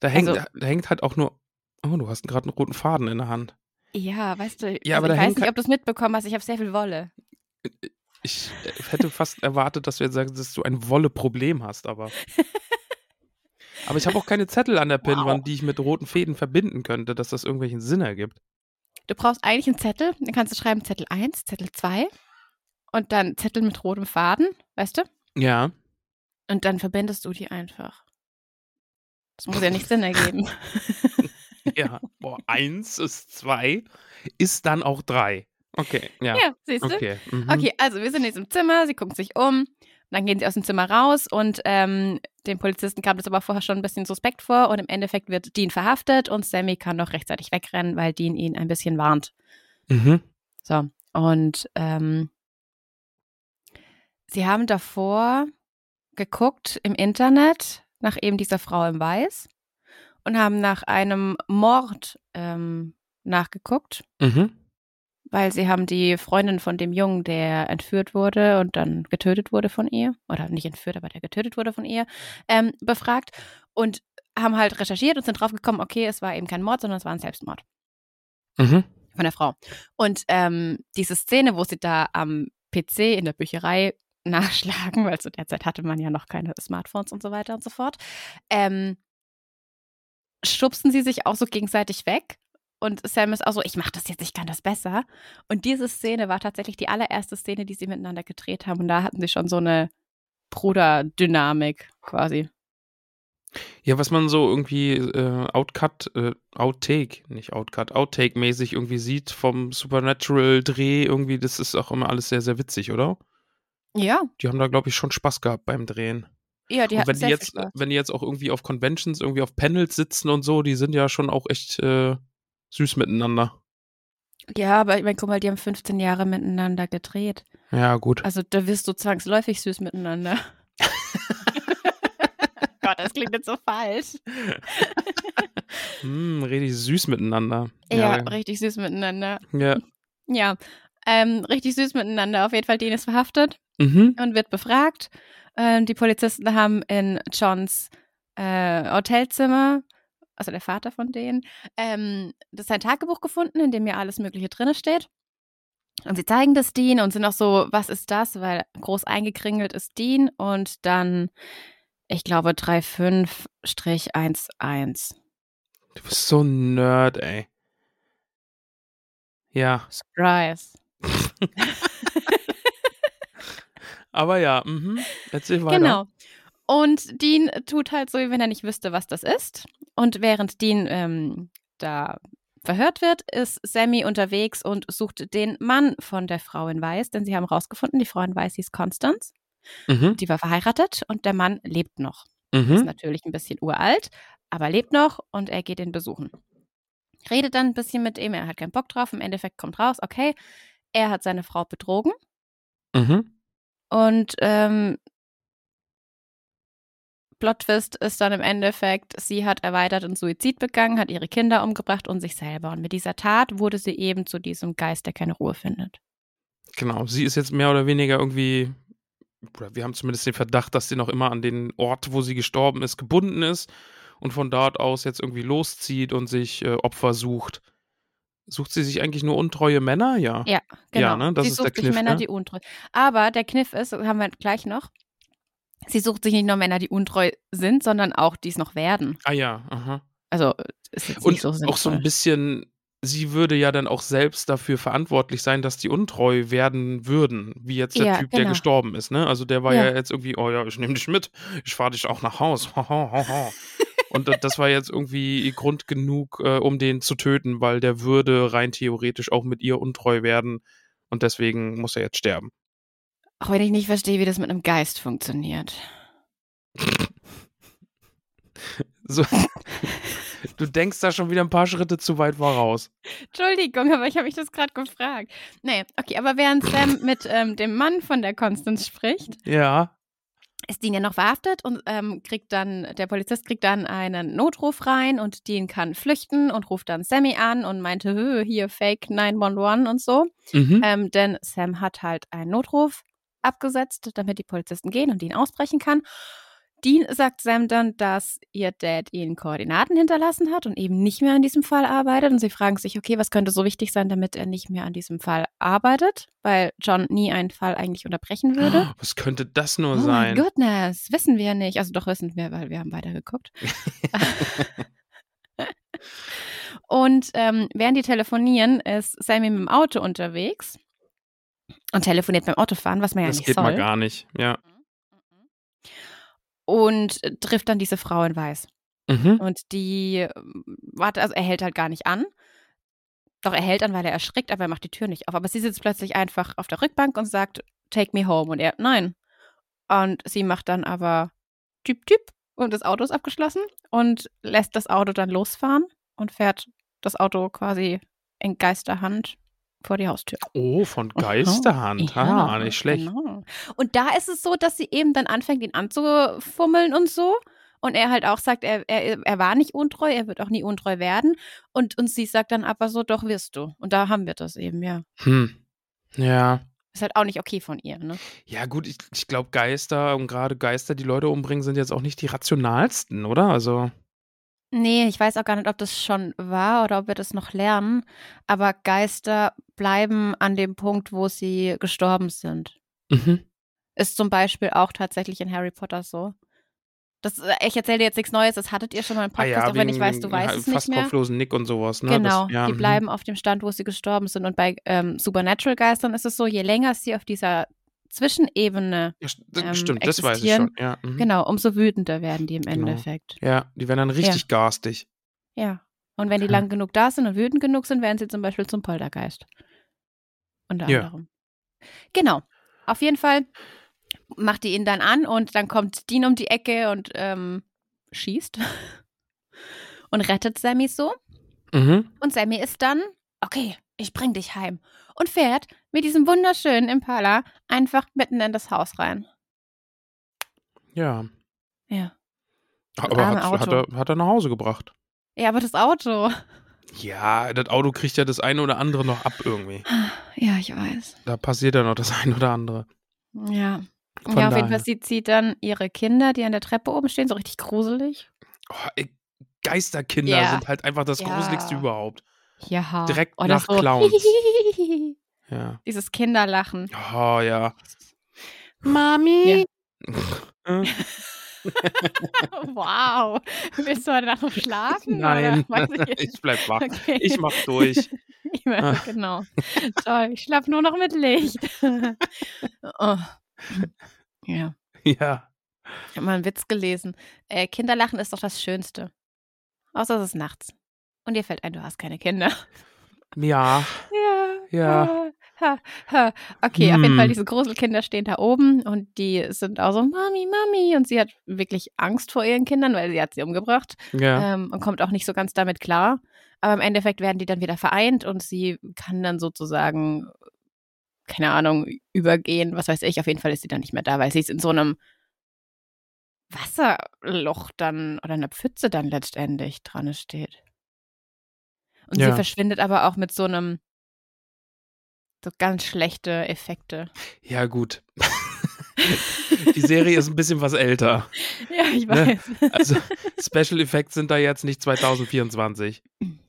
S2: Da hängt,
S4: Also-
S2: da hängt halt auch nur. Oh, du hast gerade einen roten Faden in der Hand.
S4: Ja, weißt du,
S2: Ja, aber da
S4: also
S2: hängt halt
S4: ich weiß nicht,
S2: kein-
S4: ob du es mitbekommen hast, ich habe sehr viel Wolle.
S2: Ich äh, hätte fast erwartet, dass du jetzt sagst, dass du ein Wolle-Problem hast, aber. Aber ich habe auch keine Zettel an der Pinnwand, die ich mit roten Fäden verbinden könnte, dass das irgendwelchen Sinn ergibt.
S4: Du brauchst eigentlich einen Zettel, dann kannst du schreiben Zettel 1, Zettel 2 und dann Zettel mit rotem Faden, weißt du?
S2: Ja.
S4: Und dann verbindest du die einfach. Das muss ja nicht Sinn ergeben.
S2: Ja. Boah, eins ist zwei, ist dann auch drei. Okay, ja.
S4: Ja, siehst du? Okay.
S2: Okay. mhm.
S4: also wir sind in diesem Zimmer, sie gucken sich um, dann gehen sie aus dem Zimmer raus und ähm, dem Polizisten kam das aber vorher schon ein bisschen suspekt vor und im Endeffekt wird Dean verhaftet und Sammy kann noch rechtzeitig wegrennen, weil Dean ihn ein bisschen warnt.
S2: Mhm.
S4: So, und ähm, sie haben davor geguckt im Internet nach eben dieser Frau im Weiß und haben nach einem Mord ähm, nachgeguckt,
S2: Mhm.
S4: weil sie haben die Freundin von dem Jungen, der entführt wurde und dann getötet wurde von ihr, oder nicht entführt, aber der getötet wurde von ihr, ähm, befragt und haben halt recherchiert und sind draufgekommen, okay, es war eben kein Mord, sondern es war ein Selbstmord
S2: Mhm.
S4: von der Frau. Und ähm, diese Szene, wo sie da am PC in der Bücherei nachschlagen, weil zu der Zeit hatte man ja noch keine Smartphones und so weiter und so fort, ähm, schubsen sie sich auch so gegenseitig weg. Und Sam ist auch so, ich mache das jetzt, ich kann das besser. Und diese Szene war tatsächlich die allererste Szene, die sie miteinander gedreht haben. Und da hatten sie schon so eine Bruderdynamik quasi.
S2: Ja, was man so irgendwie äh, Outcut, äh, Outtake, nicht Outcut, Outtake-mäßig irgendwie sieht vom Supernatural-Dreh, irgendwie, das ist auch immer alles sehr, sehr witzig, oder?
S4: Ja,
S2: Die haben da, glaube ich, schon Spaß gehabt beim Drehen.
S4: ja, die
S2: und
S4: hatten
S2: wenn die,
S4: sehr viel
S2: jetzt, äh,
S4: Spaß.
S2: wenn die jetzt auch irgendwie auf Conventions, irgendwie auf Panels sitzen und so, die sind ja schon auch echt äh, süß miteinander.
S4: Ja, aber ich meine, guck mal, die haben 15 Jahre miteinander gedreht.
S2: Ja, gut.
S4: Also da wirst du zwangsläufig süß miteinander. Gott, das klingt jetzt so falsch.
S2: Hm, richtig süß miteinander.
S4: Ja,
S2: ja.
S4: richtig süß miteinander.
S2: ja.
S4: Ja, ähm, richtig süß miteinander. Auf jeden Fall, Dean ist verhaftet
S2: Mhm.
S4: und wird befragt. Ähm, die Polizisten haben in Johns äh, Hotelzimmer also der Vater von denen, ähm, das sein Tagebuch gefunden, in dem ja alles Mögliche drin steht. Und sie zeigen das Dean und sind auch so, was ist das? Weil groß eingekringelt ist Dean und dann, ich glaube, 35-11.
S2: Du bist so ein Nerd, ey. Ja,
S4: Surprise.
S2: aber ja, mhm. erzähl weiter.
S4: Genau. Und Dean tut halt so, wie wenn er nicht wüsste, was das ist. Und während Dean ähm, da verhört wird, ist Sammy unterwegs und sucht den Mann von der Frau in Weiß, denn sie haben rausgefunden, die Frau in Weiß hieß Constance.
S2: Mhm.
S4: Die war verheiratet und der Mann lebt noch. Ist
S2: Mhm.
S4: natürlich ein bisschen uralt, aber lebt noch und er geht ihn besuchen. Redet dann ein bisschen mit ihm, er hat keinen Bock drauf. Im Endeffekt kommt raus, okay, er hat seine Frau betrogen
S2: Mhm.
S4: und ähm, Plot Twist ist dann im Endeffekt, sie hat erweiterten Suizid begangen, hat ihre Kinder umgebracht und sich selber. Und mit dieser Tat wurde sie eben zu diesem Geist, der keine Ruhe findet.
S2: Genau, sie ist jetzt mehr oder weniger irgendwie, oder wir haben zumindest den Verdacht, dass sie noch immer an den Ort, wo sie gestorben ist, gebunden ist und von dort aus jetzt irgendwie loszieht und sich äh, Opfer sucht. Sucht sie sich eigentlich nur untreue Männer? Ja.
S4: Ja, genau.
S2: Ja, ne? Das
S4: sie
S2: ist
S4: sucht
S2: der
S4: sich
S2: Kniff,
S4: Männer,
S2: ne?
S4: die untreu. Aber der Kniff ist, das haben wir gleich noch. Sie sucht sich nicht nur Männer, die untreu sind, sondern auch die es noch werden.
S2: Ah ja, aha.
S4: Also ist jetzt
S2: Und
S4: nicht so
S2: auch so ein
S4: sinnvoll.
S2: bisschen, sie würde ja dann auch selbst dafür verantwortlich sein, dass die untreu werden würden, wie jetzt der
S4: Ja,
S2: Typ, der
S4: genau.
S2: gestorben ist, ne? Also der war ja,
S4: Ja.
S2: jetzt irgendwie, oh ja, ich nehme dich mit, ich fahre dich auch nach Haus. Ha, ha, ha, ha. Und da- das war jetzt irgendwie Grund genug, äh, um den zu töten, weil der würde rein theoretisch auch mit ihr untreu werden und deswegen muss er jetzt sterben.
S4: Auch wenn ich nicht verstehe, wie das mit einem Geist funktioniert.
S2: So. Du denkst da schon wieder ein paar Schritte zu weit voraus.
S4: Entschuldigung, aber ich habe mich das gerade gefragt. Nee, okay, aber während Sam mit ähm, dem Mann von der Constance spricht,
S2: Ja.
S4: ist Dean ja noch verhaftet und ähm, kriegt dann, der Polizist kriegt dann einen Notruf rein und Dean kann flüchten und ruft dann Sammy an und meinte, "Hö, hier Fake 911 und so.
S2: Mhm.
S4: Ähm, denn Sam hat halt einen Notruf abgesetzt, damit die Polizisten gehen und ihn ausbrechen kann. Dean sagt Sam dann, dass ihr Dad ihnen Koordinaten hinterlassen hat und eben nicht mehr an diesem Fall arbeitet. Und sie fragen sich, okay, was könnte so wichtig sein, damit er nicht mehr an diesem Fall arbeitet, weil John nie einen Fall eigentlich unterbrechen würde.
S2: Was könnte das nur
S4: Oh my
S2: sein?
S4: goodness, wissen wir nicht. Also doch wissen wir, weil wir haben weitergeguckt. und ähm, während die telefonieren, ist Sammy mit dem Auto unterwegs und telefoniert beim Autofahren, was man ja
S2: das
S4: nicht
S2: geht
S4: soll.
S2: mal gar nicht, ja.
S4: Und äh, trifft dann diese Frau in Weiß.
S2: Mhm.
S4: Und die ähm, warte, also er hält halt gar nicht an. Doch er hält an, weil er erschrickt, aber er macht die Tür nicht auf. Aber sie sitzt plötzlich einfach auf der Rückbank und sagt, take me home. Und er, nein. Und sie macht dann aber typ, typ. Und das Auto ist abgeschlossen und lässt das Auto dann losfahren und fährt das Auto quasi in Geisterhand vor die Haustür.
S2: Oh, von
S4: Aha.
S2: Geisterhand. ah, nicht schlecht.
S4: Genau. Und da ist es so, dass sie eben dann anfängt, ihn anzufummeln und so. Und er halt auch sagt, er, er, er war nicht untreu, er wird auch nie untreu werden. Und, und sie sagt dann aber so, doch wirst du. Und da haben wir das eben, ja.
S2: Hm. Ja.
S4: Ist halt auch nicht okay von ihr, ne?
S2: Ja, gut, ich, ich glaube, Geister und gerade Geister, die Leute umbringen, sind jetzt auch nicht die rationalsten, oder? Also,
S4: Nee, ich weiß auch gar nicht, ob das schon war oder ob wir das noch lernen. Aber Geister bleiben an dem Punkt, wo sie gestorben sind.
S2: mhm.
S4: Ist zum Beispiel auch tatsächlich in Harry Potter so. Das, äh, ich erzähle dir jetzt nichts Neues, das hattet ihr schon mal im
S2: Ah
S4: Podcast,
S2: ja,
S4: auch wenn ich
S2: wegen
S4: weiß, du
S2: dem
S4: weißt
S2: ha-
S4: es nicht
S2: fast
S4: mehr.
S2: kopflosen Nick und sowas, ne?
S4: Genau,
S2: das, ja,
S4: die
S2: mhm.
S4: bleiben auf dem Stand, wo sie gestorben sind. Und bei ähm, Supernatural-Geistern ist es so, je länger sie auf dieser Zwischenebene,
S2: Ja, st- das-
S4: ähm,
S2: stimmt, das weiß ich
S4: existieren.
S2: schon. Ja, mhm.
S4: genau, umso wütender werden die im
S2: Genau.
S4: Endeffekt.
S2: ja, die werden dann richtig garstig.
S4: Ja. Und wenn die
S2: Okay.
S4: lang genug da sind und wütend genug sind, werden sie zum Beispiel zum Poltergeist. Unter
S2: Ja.
S4: anderem. Genau. Auf jeden Fall macht die ihn dann an und dann kommt Dean um die Ecke und ähm, schießt und rettet Sammy so.
S2: Mhm.
S4: Und Sammy ist dann, okay, ich bring dich heim. Und fährt mit diesem wunderschönen Impala einfach mitten in das Haus rein.
S2: Ja.
S4: Ja.
S2: Aber
S4: arme
S2: hat, hat,
S4: Auto.
S2: er, hat er nach Hause gebracht.
S4: Ja, aber das Auto.
S2: Ja, das Auto kriegt ja das eine oder andere noch ab irgendwie.
S4: Ja, ich weiß.
S2: Da passiert ja noch das eine oder andere.
S4: Ja.
S2: Von
S4: ja, auf jeden
S2: daher.
S4: Fall, sie zieht dann ihre Kinder, die an der Treppe oben stehen, so richtig gruselig.
S2: Oh, ich, Geisterkinder
S4: Ja.
S2: sind halt einfach das
S4: Ja.
S2: Gruseligste überhaupt.
S4: Ja.
S2: Direkt
S4: Oder
S2: nach
S4: so.
S2: Clowns. Ja.
S4: Dieses Kinderlachen.
S2: Oh ja.
S4: Mami.
S2: Äh,
S4: Wow. Willst du heute Nacht noch schlafen?
S2: Nein,
S4: Oder? Weiß ich
S2: ich
S4: nicht.
S2: bleib wach.
S4: Okay.
S2: Ich mach durch.
S4: Ja,
S2: Ah.
S4: genau. Toll, ich schlafe nur noch mit Licht. oh. Ja,
S2: Ja.
S4: ich habe mal einen Witz gelesen. Äh, Kinderlachen ist doch das Schönste. Außer es ist nachts. Und dir fällt ein, du hast keine Kinder.
S2: Ja.
S4: Ja.
S2: Ja.
S4: Ha, ha. Okay, auf jeden
S2: Hm.
S4: Fall, diese Gruselkinder stehen da oben und die sind auch so, Mami, Mami. Und sie hat wirklich Angst vor ihren Kindern, weil sie hat sie umgebracht
S2: Ja.
S4: ähm, und kommt auch nicht so ganz damit klar. Aber im Endeffekt werden die dann wieder vereint und sie kann dann sozusagen, keine Ahnung, übergehen, was weiß ich. Auf jeden Fall ist sie dann nicht mehr da, weil sie ist in so einem Wasserloch dann oder einer Pfütze dann letztendlich dran steht. Und
S2: Ja.
S4: sie verschwindet aber auch mit so einem so ganz schlechte Effekte.
S2: Ja, gut. Die Serie ist ein bisschen was älter.
S4: Ja, ich
S2: Ne?
S4: weiß.
S2: Also, Special Effects sind da jetzt nicht 2024.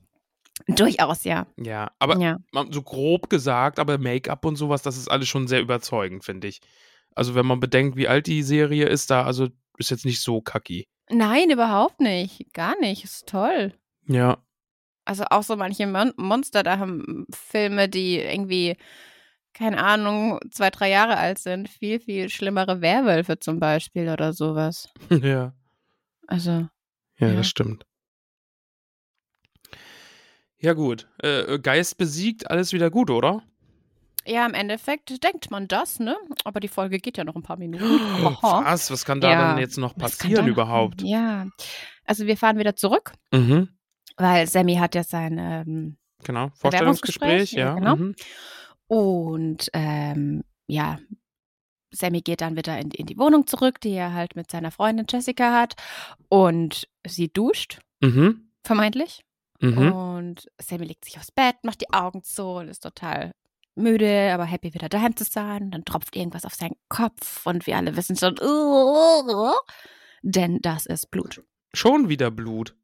S4: Durchaus, ja.
S2: Ja, aber
S4: ja.
S2: man- so grob gesagt, aber Make-up und sowas, das ist alles schon sehr überzeugend, finde ich. Also, wenn man bedenkt, wie alt die Serie ist, da, also ist jetzt nicht so kacki.
S4: Nein, überhaupt nicht. Gar nicht. Ist toll.
S2: Ja.
S4: Also auch so manche Mon Monster, da haben Filme, die irgendwie, keine Ahnung, zwei, drei Jahre alt sind, viel, viel schlimmere Werwölfe zum Beispiel oder sowas.
S2: Ja.
S4: Also,
S2: Ja,
S4: Ja.
S2: das stimmt. Ja, gut. Äh, Geist besiegt, alles wieder gut, oder?
S4: ja, im Endeffekt denkt man das, ne? Aber die Folge geht ja noch ein paar Minuten. Aha.
S2: Was? Was kann da
S4: Ja.
S2: dann jetzt noch
S4: Was kann da
S2: passieren
S4: noch-
S2: überhaupt?
S4: Ja. Also wir fahren wieder zurück,
S2: Mhm.
S4: weil Sammy hat ja sein ähm,
S2: Genau.
S4: Bewerbungsgespräch,
S2: Vorstellungsgespräch,
S4: ja,
S2: ja.
S4: genau.
S2: Mhm.
S4: Und ähm, ja, Sammy geht dann wieder in, in die Wohnung zurück, die er halt mit seiner Freundin Jessica hat. Und sie duscht,
S2: Mhm.
S4: vermeintlich.
S2: Mhm.
S4: Und Sammy legt sich aufs Bett, macht die Augen zu und ist total müde, aber happy wieder daheim zu sein. Und dann tropft irgendwas auf seinen Kopf und wir alle wissen schon, denn das ist Blut.
S2: Schon wieder Blut.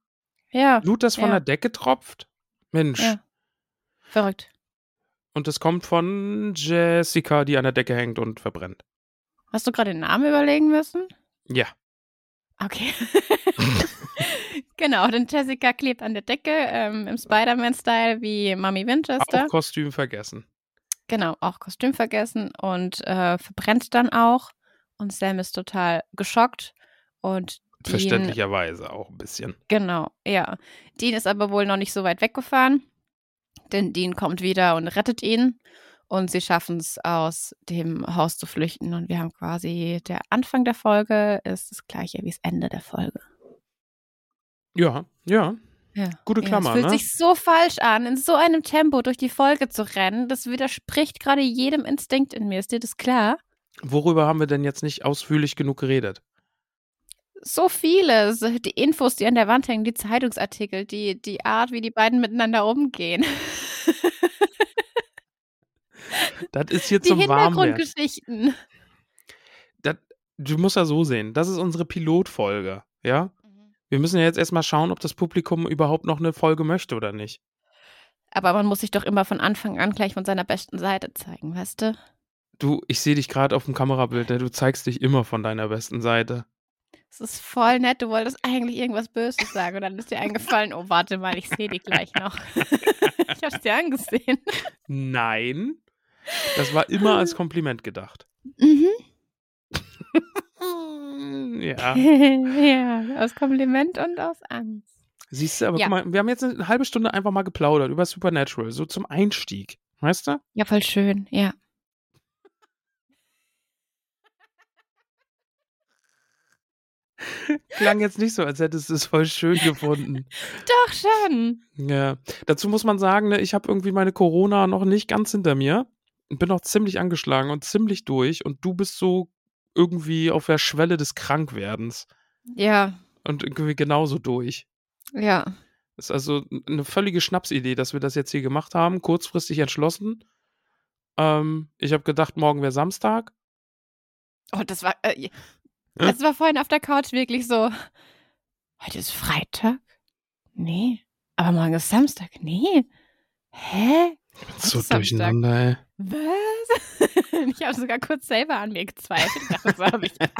S4: Ja,
S2: Blut, das von
S4: Ja.
S2: der Decke tropft? Mensch.
S4: Ja. verrückt.
S2: Und das kommt von Jessica, die an der Decke hängt und verbrennt.
S4: Hast du gerade den Namen überlegen müssen?
S2: Ja.
S4: Okay. genau, denn Jessica klebt an der Decke ähm, im Spider-Man-Style wie Mami Winchester.
S2: Auch Kostüm vergessen.
S4: Genau, auch Kostüm vergessen und äh, verbrennt dann auch. Und Sam ist total geschockt. Und Dean,
S2: Verständlicherweise auch ein bisschen.
S4: genau, ja. Dean ist aber wohl noch nicht so weit weggefahren, denn Dean kommt wieder und rettet ihn. Und sie schaffen es aus dem Haus zu flüchten. Und wir haben quasi der Anfang der Folge ist das gleiche wie das Ende der Folge.
S2: Ja, ja.
S4: Ja.
S2: Gute Klammer,
S4: ja, es fühlt
S2: ne?
S4: sich so falsch an, in so einem Tempo durch die Folge zu rennen. Das widerspricht gerade jedem Instinkt in mir. Ist dir das klar?
S2: Worüber haben wir denn jetzt nicht ausführlich genug geredet?
S4: so vieles. Die Infos, die an der Wand hängen, die Zeitungsartikel, die, die Art, wie die beiden miteinander umgehen.
S2: Das ist hier
S4: Die
S2: zum Warmwerden.
S4: Hintergrundgeschichten.
S2: du musst ja so sehen, das ist unsere Pilotfolge, ja?
S4: Mhm.
S2: Wir müssen ja jetzt erstmal schauen, ob das Publikum überhaupt noch eine Folge möchte oder nicht.
S4: Aber man muss sich doch immer von Anfang an gleich von seiner besten Seite zeigen, weißt du?
S2: Du, ich sehe dich gerade auf dem Kamerabild, ne? du zeigst dich immer von deiner besten Seite.
S4: Es ist voll nett, du wolltest eigentlich irgendwas Böses sagen und dann ist dir eingefallen, oh, warte mal, ich sehe die gleich noch. ich hab's dir angesehen.
S2: Nein, das war immer als Kompliment gedacht.
S4: Mhm.
S2: Äh, Ja.
S4: ja, aus Kompliment und aus Angst.
S2: Siehst du, aber
S4: Ja.
S2: guck mal, wir haben jetzt eine halbe Stunde einfach mal geplaudert über Supernatural, so zum Einstieg. Weißt du?
S4: Ja, voll schön, ja.
S2: Klang jetzt nicht so, als hättest du es voll schön gefunden.
S4: Doch schon.
S2: Ja, dazu muss man sagen, ne, ich habe irgendwie meine Corona noch nicht ganz hinter mir und bin noch ziemlich angeschlagen und ziemlich durch und du bist so irgendwie auf der Schwelle des Krankwerdens
S4: Ja,
S2: und irgendwie genauso durch.
S4: ja.
S2: Ist also eine völlige Schnapsidee, dass wir das jetzt hier gemacht haben, kurzfristig entschlossen. Ähm, ich habe gedacht, morgen wäre Samstag.
S4: Oh, das war.
S2: Hm?
S4: Äh, das war vorhin auf der Couch wirklich so. Heute ist Freitag. Nee. Aber morgen ist Samstag. Nee. Hä?
S2: So
S4: Samstag.
S2: durcheinander, ey.
S4: Was? Ich habe sogar kurz selber an mir gezweifelt. Ich dachte, so habe ich das.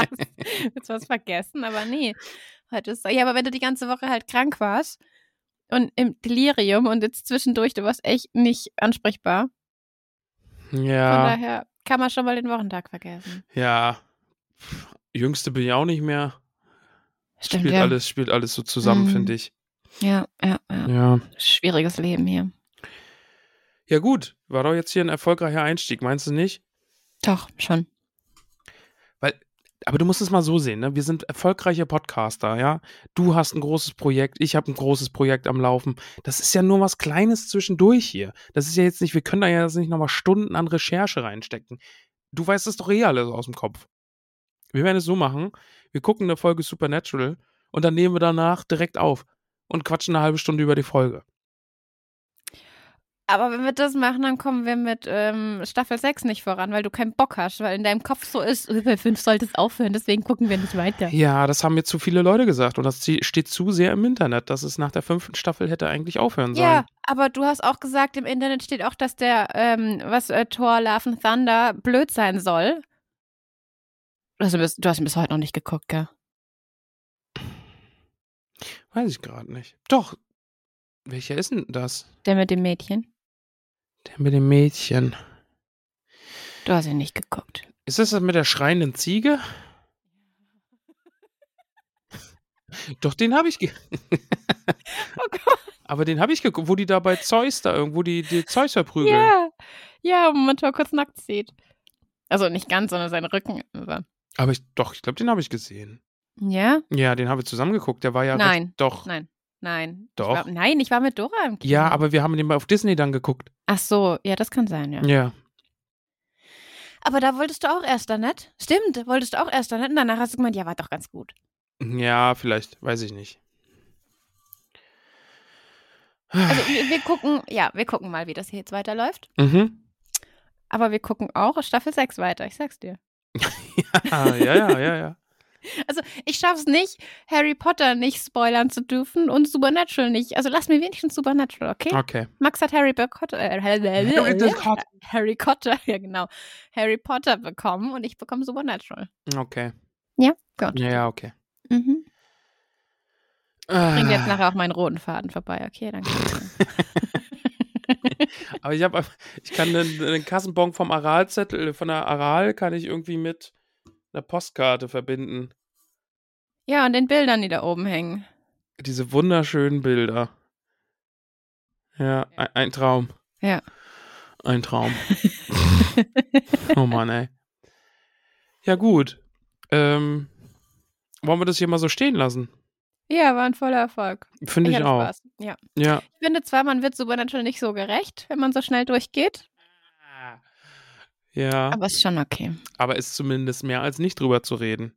S4: Jetzt was vergessen, aber nee. Heute ist ja, aber wenn du die ganze Woche halt krank warst und im Delirium und jetzt zwischendurch, du warst echt nicht ansprechbar. Von
S2: Ja,
S4: daher kann man schon mal den Wochentag vergessen.
S2: ja. Pff, Jüngste bin ich auch nicht mehr.
S4: Stimmt,
S2: spielt
S4: ja.
S2: alles, spielt alles so zusammen,
S4: Mhm.
S2: finde ich.
S4: Ja, ja, ja.
S2: Ja.
S4: Schwieriges Leben hier.
S2: Ja, gut. War doch jetzt hier ein erfolgreicher Einstieg, meinst du nicht?
S4: Doch, schon.
S2: Aber du musst es mal so sehen, ne? Wir sind erfolgreiche Podcaster, ja? Du hast ein großes Projekt, ich habe ein großes Projekt am Laufen. Das ist ja nur was Kleines zwischendurch hier. Das ist ja jetzt nicht, wir können da ja jetzt nicht nochmal Stunden an Recherche reinstecken. Du weißt es doch eh alles aus dem Kopf. Wir werden es so machen, wir gucken eine Folge Supernatural und dann nehmen wir danach direkt auf und quatschen eine halbe Stunde über die Folge.
S4: Aber wenn wir das machen, dann kommen wir mit ähm, Staffel 6 nicht voran, weil du keinen Bock hast, weil in deinem Kopf so ist, bei 5 sollte es aufhören, deswegen gucken wir nicht weiter.
S2: Ja, das haben mir zu viele Leute gesagt und das steht zu sehr im Internet, dass es nach der fünften Staffel hätte eigentlich aufhören sollen.
S4: Ja, aber du hast auch gesagt, im Internet steht auch, dass der, ähm, was, äh, Thor Love and Thunder blöd sein soll. Du hast, ihn bis, du hast ihn bis heute noch nicht geguckt, gell?
S2: Weiß ich gerade nicht. Doch. Welcher ist denn das?
S4: Der mit dem Mädchen.
S2: Der mit dem Mädchen.
S4: Du hast ihn nicht geguckt.
S2: Ist das das mit der schreienden Ziege? Doch, den habe ich. Ge
S4: Oh Gott.
S2: Aber den habe ich geguckt, wo die da bei Zeus da irgendwo die, die Zeus verprügeln.
S4: Ja. Ja, wo man Thor kurz nackt sieht. Also nicht ganz, sondern seinen Rücken. Also Aber.
S2: Aber ich, doch, ich glaube, den habe ich gesehen.
S4: Ja?
S2: Ja, den haben wir zusammengeguckt. Der war ja.
S4: Nein.
S2: Recht, doch.
S4: Nein. Nein. Ich
S2: Doch.
S4: War, nein, ich war mit Dora im Kino.
S2: Ja, aber wir haben den mal auf Disney dann geguckt.
S4: Ach so, ja, das kann sein, ja.
S2: Ja.
S4: Aber da wolltest du auch erst da nicht? Stimmt, wolltest du auch erst da nicht? Und danach hast du gemeint, ja, war doch ganz gut.
S2: Ja, vielleicht. Weiß ich nicht.
S4: Also wir, wir gucken, ja, wir gucken mal, wie das hier jetzt weiterläuft.
S2: Mhm.
S4: Aber wir gucken auch Staffel 6 weiter, ich sag's dir.
S2: Ah, ja, ja, ja, ja.
S4: Also ich schaff's nicht, Harry Potter nicht spoilern zu dürfen und Supernatural nicht. Also lass mir wenigstens Supernatural, okay?
S2: Okay.
S4: Max hat Harry Potter, äh,
S2: Harry Potter.
S4: Harry Potter, ja genau, Harry Potter bekommen und ich bekomme Supernatural.
S2: Okay.
S4: Ja, gut.
S2: Ja, ja, okay.
S4: Mhm. Bring
S2: Ah.
S4: jetzt nachher auch meinen roten Faden vorbei, okay? Danke.
S2: Aber ich habe, ich kann den, den Kassenbon vom Aralzettel, von der Aral kann ich irgendwie mit einer Postkarte verbinden.
S4: ja, und den Bildern, die da oben hängen.
S2: Diese wunderschönen Bilder. Ja, ein, ein Traum.
S4: Ja.
S2: Ein Traum. oh Mann, ey. Ja, gut. Ähm, wollen wir das hier mal so stehen lassen?
S4: Ja, war ein voller Erfolg.
S2: Finde ich,
S4: hatte
S2: auch.
S4: Spaß. Ja.
S2: Ja.
S4: Ich finde zwar, man wird Supernatural nicht so gerecht, wenn man so schnell durchgeht,
S2: Ja,
S4: Ah. aber ist schon okay.
S2: aber ist zumindest mehr als nicht drüber zu reden.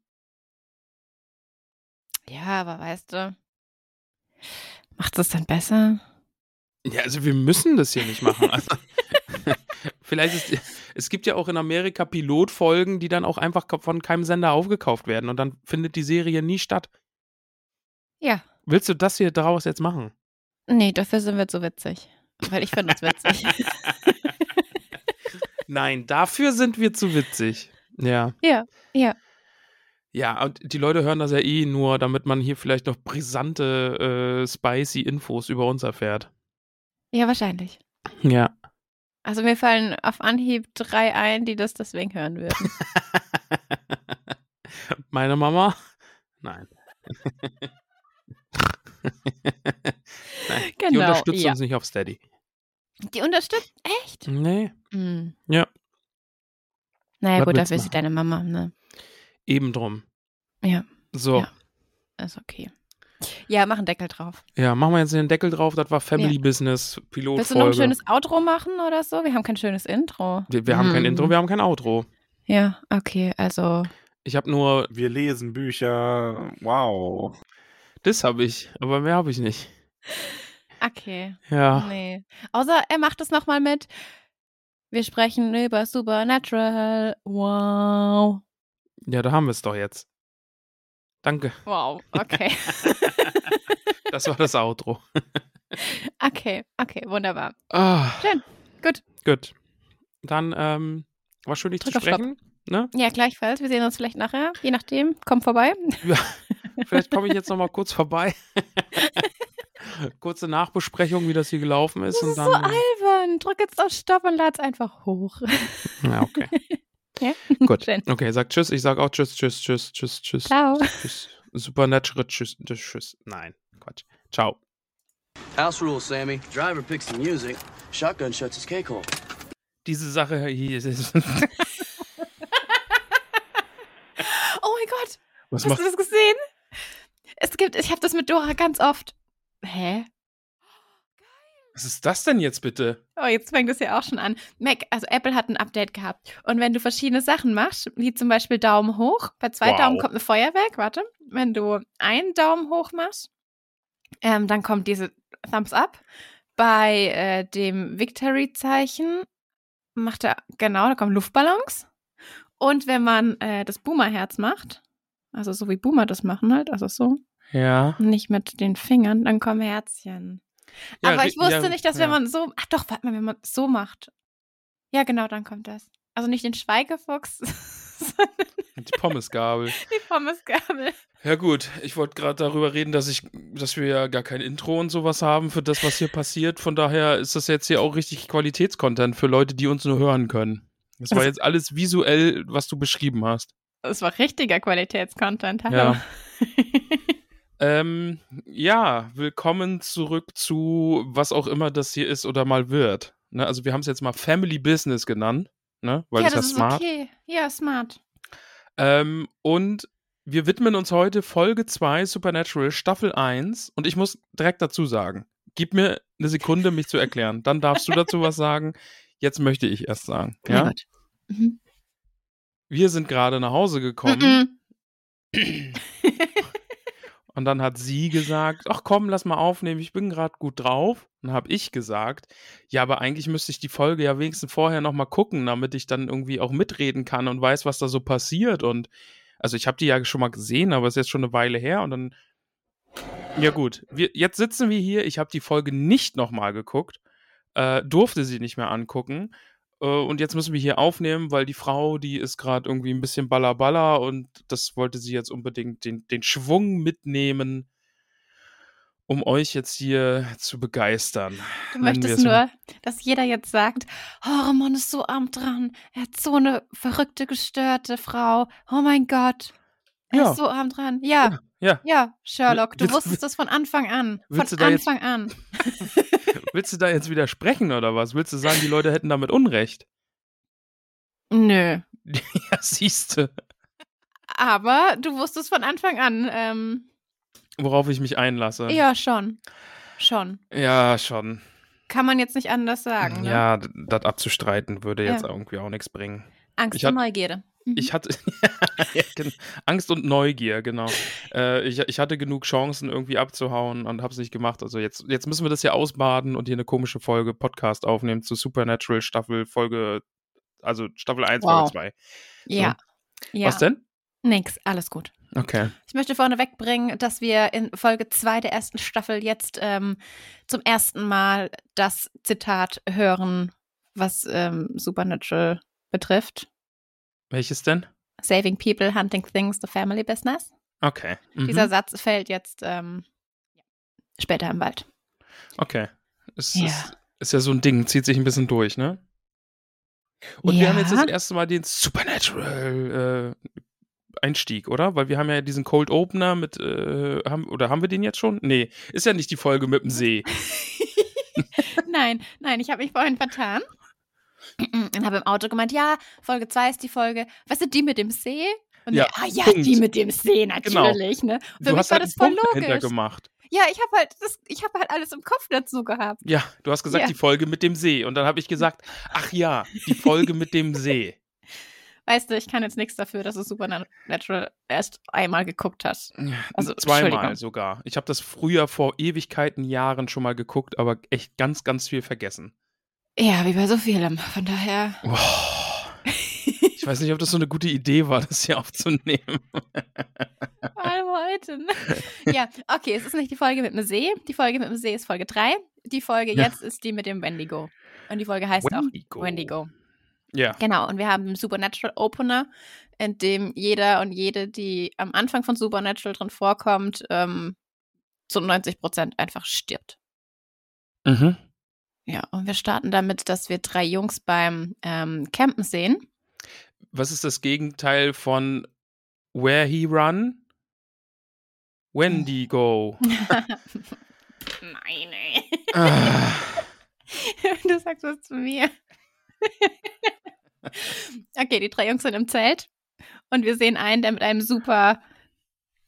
S4: Ja, aber weißt du, macht es dann besser?
S2: Ja, also wir müssen das hier nicht machen. Also, vielleicht ist, es gibt ja auch in Amerika Pilotfolgen, die dann auch einfach von keinem Sender aufgekauft werden und dann findet die Serie nie statt.
S4: Ja.
S2: Willst du das hier daraus jetzt machen?
S4: Nee, dafür sind wir zu witzig. Weil ich finde es witzig.
S2: Nein, dafür sind wir zu witzig. Ja.
S4: Ja, ja.
S2: Ja, und die Leute hören das ja eh nur, damit man hier vielleicht noch brisante, äh, spicy Infos über uns erfährt.
S4: ja, wahrscheinlich.
S2: Ja.
S4: Also mir fallen auf Anhieb drei ein, die das deswegen hören würden.
S2: Meine Mama? Nein. Nein. Die
S4: Genau,
S2: unterstützt
S4: ja.
S2: uns nicht auf Steady.
S4: Die unterstützt echt?
S2: Nee.
S4: Mhm.
S2: Ja.
S4: Naja,
S2: Was
S4: gut,
S2: willst du
S4: dafür ist sie deine Mama, ne?
S2: Eben drum.
S4: Ja.
S2: So, ja.
S4: Ja. Ist okay. Ja, mach einen Deckel drauf.
S2: machen wir jetzt den Deckel drauf. Das war Family Business, Pilotfolge.
S4: Willst du noch ein schönes Outro machen oder so? Wir haben kein schönes Intro.
S2: wir, wir haben kein
S4: Hm.
S2: Intro, wir haben kein Outro.
S4: Ja, okay, also.
S2: Ich habe nur,
S5: Wir lesen Bücher. Wow.
S2: das habe ich, aber mehr habe ich nicht.
S4: Okay,
S2: Ja,
S4: nee. Außer er macht es nochmal mit. Wir sprechen über Supernatural. Wow.
S2: ja, da haben wir es doch jetzt. Danke.
S4: Wow, okay.
S2: Das war das Outro.
S4: Okay, okay, wunderbar.
S2: Ah.
S4: Schön. Gut.
S2: Gut. Dann ähm, war schön, dich
S4: Drück
S2: zu
S4: auf Stopp.
S2: sprechen. Ne?
S4: Ja, gleichfalls. Wir sehen uns vielleicht nachher. Je nachdem. Komm vorbei.
S2: Vielleicht komme ich jetzt noch mal kurz vorbei. Kurze Nachbesprechung, wie das hier gelaufen ist.
S4: Das
S2: und
S4: ist so
S2: dann,
S4: Silvan, drück jetzt auf Stopp und lad's einfach hoch.
S2: Ja, okay.
S4: Ja?
S2: Gut.
S4: Schön.
S2: Okay, sag Tschüss. Ich sag auch Tschüss, Tschüss, Tschüss, Tschüss, Tschüss.
S4: Ciao.
S2: Tschüss. Supernatural, Tschüss, Tschüss. Nein, Quatsch. Ciao.
S6: House rules, Sammy. Driver picks the music. Shotgun shuts his cake hole.
S2: Diese Sache hier ist. ist
S4: Oh mein Gott,
S2: was
S4: hast du
S2: macht.
S4: das gesehen? Es gibt, ich habe das mit Dora ganz oft. Hä?
S2: Was ist das denn jetzt bitte?
S4: Oh, jetzt fängt es ja auch schon an. Mac, also Apple hat ein Update gehabt. Und wenn du verschiedene Sachen machst, wie zum Beispiel Daumen hoch, bei zwei
S2: Wow.
S4: Daumen kommt ein Feuerwerk, warte. Wenn du einen Daumen hoch machst, ähm, dann kommt diese Thumbs Up. Bei äh, dem Victory-Zeichen macht er, genau, da kommen Luftballons. Und wenn man äh, das Boomer-Herz macht, also so wie Boomer das machen halt, also so,
S2: Ja.
S4: nicht mit den Fingern, dann kommen Herzchen.
S2: Ja,
S4: Aber
S2: ri-
S4: ich wusste
S2: ja,
S4: nicht, dass wenn
S2: ja.
S4: man so. Ach doch, warte mal, wenn man so macht. Ja, genau, dann kommt das. Also nicht den Schweigefuchs, sondern
S2: Die Pommesgabel.
S4: die Pommesgabel.
S2: Ja gut, ich wollte gerade darüber reden, dass ich, dass wir ja gar kein Intro und sowas haben für das, was hier passiert. Von daher ist das jetzt hier auch richtig Qualitätscontent für Leute, die uns nur hören können. Das war
S4: Also-
S2: jetzt alles visuell, was du beschrieben hast.
S4: Das war richtiger Qualitätscontent. Hallo.
S2: Ja. Ähm, ja, willkommen zurück zu was auch immer das hier ist oder mal wird. Ne, also wir haben es jetzt mal Family Business genannt, ne? Weil
S4: ja,
S2: das,
S4: das
S2: ist
S4: ist
S2: ja smart.
S4: okay. Ja, smart.
S2: Ähm, und wir widmen uns heute Folge 2 Supernatural, Staffel 1. Und ich muss direkt dazu sagen, gib mir eine Sekunde, mich zu erklären. Dann darfst du dazu was sagen. Jetzt möchte ich erst sagen.
S4: Mein
S2: Ja?
S4: Gott. Mhm.
S2: Wir sind gerade nach Hause gekommen
S4: Mm-mm.
S2: und dann hat sie gesagt, ach komm, lass mal aufnehmen, ich bin gerade gut drauf. Und dann habe ich gesagt, ja, aber eigentlich müsste ich die Folge ja wenigstens vorher nochmal gucken, damit ich dann irgendwie auch mitreden kann und weiß, was da so passiert. Und also ich habe die ja schon mal gesehen, aber es ist jetzt schon eine Weile her und dann. Ja gut, wir, jetzt sitzen wir hier, ich habe die Folge nicht nochmal geguckt, äh, durfte sie nicht mehr angucken. Äh, und jetzt müssen wir hier aufnehmen, weil die Frau, die ist gerade irgendwie ein bisschen ballaballa und das wollte sie jetzt unbedingt den, den Schwung mitnehmen, um euch jetzt hier zu begeistern.
S4: Du
S2: Nennen wir
S4: möchtest
S2: es mal.
S4: nur, dass jeder jetzt sagt, Hormon ist so arm dran. Er hat so eine verrückte, gestörte Frau. Oh mein Gott. Er
S2: Ja.
S4: ist so arm dran. Ja.
S2: Ja,
S4: Ja, Sherlock, du
S2: Willst-
S4: wusstest das von Anfang an. Von
S2: Willst du da jetzt-
S4: Anfang an.
S2: willst du da jetzt widersprechen oder was? Willst du sagen, die Leute hätten damit Unrecht?
S4: Nö.
S2: Ja, siehste,
S4: Aber du wusstest von Anfang an. Ähm,
S2: worauf ich mich einlasse.
S4: ja, schon. Schon.
S2: Ja, schon.
S4: Kann man jetzt nicht anders sagen. Ne?
S2: Ja, d- das abzustreiten würde
S4: Ja.
S2: jetzt irgendwie auch nichts bringen.
S4: Angst
S2: Ich
S4: und
S2: hat-
S4: Neugierde. Mhm.
S2: Ich hatte ja, gen- Angst und Neugier, genau. Äh, ich, ich hatte genug Chancen, irgendwie abzuhauen und hab's nicht gemacht. Also jetzt, jetzt müssen wir das hier ausbaden und hier eine komische Folge Podcast aufnehmen zu Supernatural Staffel Folge, also Staffel 1,
S4: Wow.
S2: Folge 2.
S4: ja. ja.
S2: Was denn?
S4: Nix, alles gut.
S2: Okay.
S4: Ich möchte vorne wegbringen, dass wir in Folge 2 der ersten Staffel jetzt ähm, zum ersten Mal das Zitat hören, was ähm, Supernatural betrifft.
S2: Welches denn?
S4: Saving people, hunting things, the family business.
S2: Okay. Mhm.
S4: Dieser Satz fällt jetzt ähm, später im Wald.
S2: Okay. Es
S4: Ja.
S2: ist, ist ja so ein Ding, zieht sich ein bisschen durch, ne? Und wir haben jetzt das erste Mal den Supernatural-Einstieg, oder? Weil wir haben ja diesen Cold Opener mit, äh, haben, oder haben wir den jetzt schon? Nee, ist ja nicht die Folge mit dem See.
S4: nein, nein, ich habe mich vorhin vertan. Und habe im Auto gemeint, ja, Folge 2 ist die Folge, weißt du, die mit dem See? Und
S2: Ja,
S4: ja, ah ja,
S2: Punkt. Genau.
S4: die mit dem See, natürlich. Ne? Für
S2: du
S4: mich
S2: hast
S4: war
S2: halt
S4: das
S2: einen
S4: voll
S2: Punkt dahinter
S4: logisch.
S2: gemacht.
S4: Ja, ich habe halt, das, ich habe halt alles im Kopf dazu gehabt.
S2: Ja, du hast gesagt,
S4: Ja.
S2: die Folge mit dem See. Und dann habe ich gesagt, ach ja, die Folge mit dem See.
S4: Weißt du, ich kann jetzt nichts dafür, dass du Supernatural erst einmal geguckt hast. Also,
S2: Also
S4: Entschuldigung.
S2: zweimal sogar. Ich habe das früher vor Ewigkeiten, Jahren schon mal geguckt, aber echt ganz, ganz viel vergessen.
S4: Ja, wie bei so vielem. Von daher.
S2: Wow. Ich Ich weiß nicht, ob das so eine gute Idee war, das hier aufzunehmen.
S4: Warum heute? ne? ja, okay, es ist nicht die Folge mit dem See. Die Folge mit dem See ist Folge 3. Die Folge
S2: Ja.
S4: jetzt ist die mit dem Wendigo. Und die Folge heißt
S2: Wendigo.
S4: auch Wendigo.
S2: Ja.
S4: Genau, und wir haben einen Supernatural Opener, in dem jeder und jede, die am Anfang von Supernatural drin vorkommt, ähm, zu 90 Prozent einfach stirbt.
S2: Mhm.
S4: Ja, und wir starten damit, dass wir drei Jungs beim ähm, Campen sehen.
S2: Was ist das Gegenteil von Where He Run?
S4: Hm.
S2: Wendigo.
S4: Nein, ey.
S2: Ah.
S4: Du sagst was zu mir. okay, die drei Jungs sind im Zelt und wir sehen einen, der mit einem super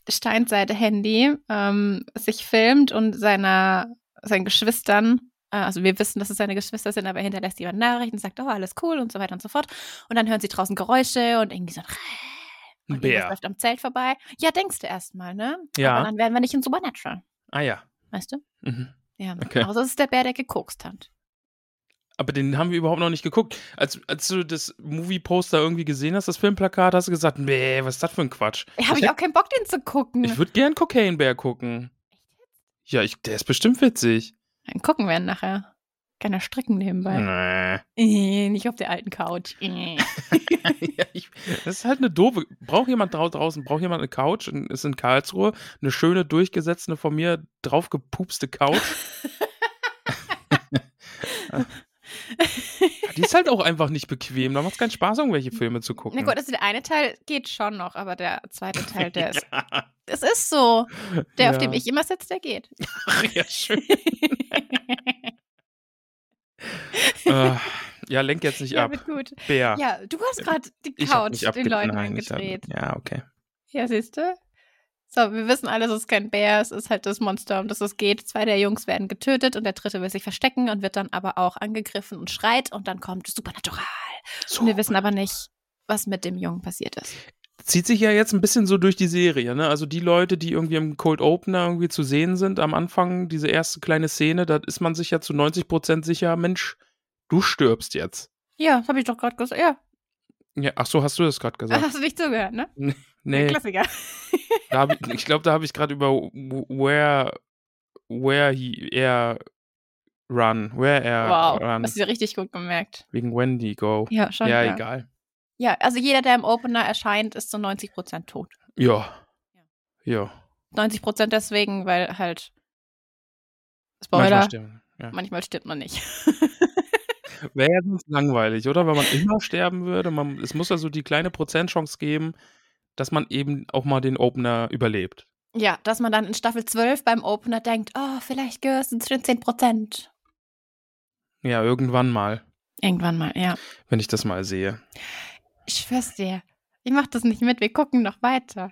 S4: Steinseite-Handy ähm, sich filmt und seiner, seinen Geschwistern, äh, also wir wissen, dass es seine Geschwister sind, aber er hinterlässt jemand Nachrichten, sagt, oh, alles cool und so weiter und so fort. Und dann hören sie draußen Geräusche und irgendwie so ein
S2: Ein
S4: und irgendwas
S2: Bär.
S4: läuft am Zelt vorbei. Ja, denkst du erstmal, ne?
S2: Ja.
S4: Aber dann wären wir nicht in Supernatural,
S2: Ah ja.
S4: weißt du?
S2: Mhm.
S4: Ja.
S2: Okay.
S4: Außer es ist der Bär, der gekokst hat.
S2: Aber den haben wir überhaupt noch nicht geguckt. Als, als du das Movie-Poster irgendwie gesehen hast, das Filmplakat, hast du gesagt, nee, was ist das für ein Quatsch?
S4: Habe ich auch keinen Bock, den zu gucken.
S2: Ich würde gern Cocaine Bear gucken. Ja, ich, der ist bestimmt witzig.
S4: Dann gucken wir ihn nachher. Kann er stricken nebenbei.
S2: Nee.
S4: Äh, Nicht auf der alten Couch. Äh.
S2: ja, ich, das ist halt eine doofe. Braucht jemand drau draußen, braucht jemand eine Couch, in- ist in Karlsruhe, eine schöne, durchgesetzte, von mir draufgepupste Couch. Die ist halt auch einfach nicht bequem. Da macht es keinen Spaß, irgendwelche Filme zu
S4: Na
S2: gucken.
S4: gut, also der eine Teil geht schon noch, aber der zweite Teil, der ist. Das ist so. Der, auf
S2: Ja.
S4: dem ich immer sitze, der geht.
S2: Ach, ja, schön. Äh, ja, lenk jetzt nicht
S4: ja,
S2: ab.
S4: wird gut.
S2: Bär.
S4: Ja, du hast gerade die
S2: Ich hab
S4: Couch
S2: mich
S4: den
S2: abge-
S4: Leuten
S2: Nein, ich hab-
S4: angedreht.
S2: Ja, okay.
S4: Ja, siehst du? So, wir wissen alle, es ist kein Bär, es ist halt das Monster, um das es geht. Zwei der Jungs werden getötet und der dritte will sich verstecken und wird dann aber auch angegriffen und schreit und dann kommt Supernatural. Und wir wissen aber nicht, was mit dem Jungen passiert ist.
S2: zieht sich ja jetzt ein bisschen so durch die Serie, ne? Also die Leute, die irgendwie im Cold Opener irgendwie zu sehen sind, am Anfang, diese erste kleine Szene, da ist man sich ja zu 90% sicher, Mensch, du stirbst jetzt.
S4: Ja, das habe ich doch gerade gesagt. Ja,
S2: Ja, ach so, hast du das gerade gesagt?
S4: hast du nicht zugehört, ne?
S2: nee,
S4: Klassiker.
S2: da hab ich, ich glaube, da habe ich gerade über where where he er run, where er
S4: wow,
S2: run
S4: hast du dir richtig gut gemerkt.
S2: wegen Wendy go.
S4: Ja, schon.
S2: ja,
S4: ja.
S2: egal.
S4: Ja, also jeder, der im Opener erscheint, ist zu 90 Prozent tot.
S2: Ja. Ja.
S4: 90 Prozent deswegen, weil halt
S2: Manchmal
S4: Spoiler,
S2: sterben. Ja.
S4: manchmal stirbt man nicht.
S2: Wäre ja sonst langweilig, oder? Wenn man immer sterben würde. Man, es muss ja so die kleine Prozentchance geben, dass man eben auch mal den Opener überlebt.
S4: Ja, dass man dann in Staffel 12 beim Opener denkt, oh, vielleicht gehörst du zu den 10 Prozent.
S2: Ja, irgendwann mal,
S4: Irgendwann mal, ja.
S2: wenn ich das mal sehe.
S4: Ich schwör's dir, ich mach das nicht mit, wir gucken noch weiter.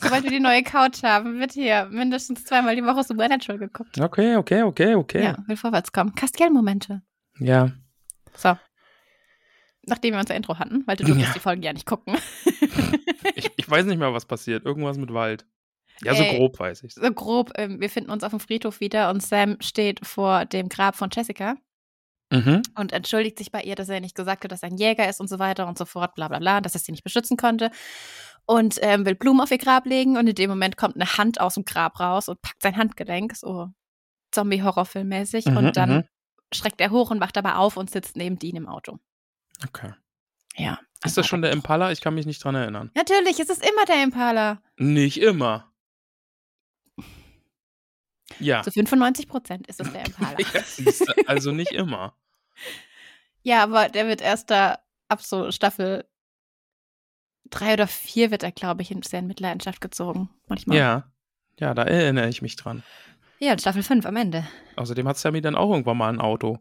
S4: Sobald wir die neue Couch haben, wird hier mindestens zweimal die Woche Supernatural geguckt.
S2: Okay, okay, okay, okay.
S4: Ja, will vorwärts kommen. Castiel-Momente.
S2: Ja.
S4: So. Nachdem wir unser Intro hatten, weil du durftest
S2: Ja.
S4: die Folgen ja nicht gucken.
S2: Ich, ich weiß nicht mehr, was passiert. Irgendwas mit Wald. Ja, so
S4: Ey.
S2: grob weiß ich
S4: so grob, ähm, wir finden uns auf dem Friedhof wieder und Sam steht vor dem Grab von Jessica.
S2: Mhm.
S4: und entschuldigt sich bei ihr, dass er nicht gesagt hat, dass er ein Jäger ist und so weiter und so fort, bla bla bla, und dass er sie nicht beschützen konnte. Und ähm, will Blumen auf ihr Grab legen und in dem Moment kommt eine Hand aus dem Grab raus und packt sein Handgelenk, so Zombie-Horrorfilm-mäßig.
S2: Mhm,
S4: und dann
S2: mhm.
S4: schreckt er hoch und wacht aber auf und sitzt neben Dean im Auto.
S2: Okay.
S4: Ja.
S2: Ist das schon der Impala? Ich kann mich nicht dran erinnern.
S4: Natürlich, es ist immer der Impala.
S2: Nicht immer. Ja.
S4: Zu 95 Prozent ist es der Impala.
S2: ja siehst du, also nicht immer.
S4: ja, aber der wird erst da ab so Staffel drei oder vier wird er, glaube ich, in sehr in Mitleidenschaft gezogen. Manchmal.
S2: Ja. Ja, da erinnere ich mich dran.
S4: Ja, in Staffel 5 am Ende.
S2: Außerdem hat Sammy dann auch irgendwann mal ein Auto.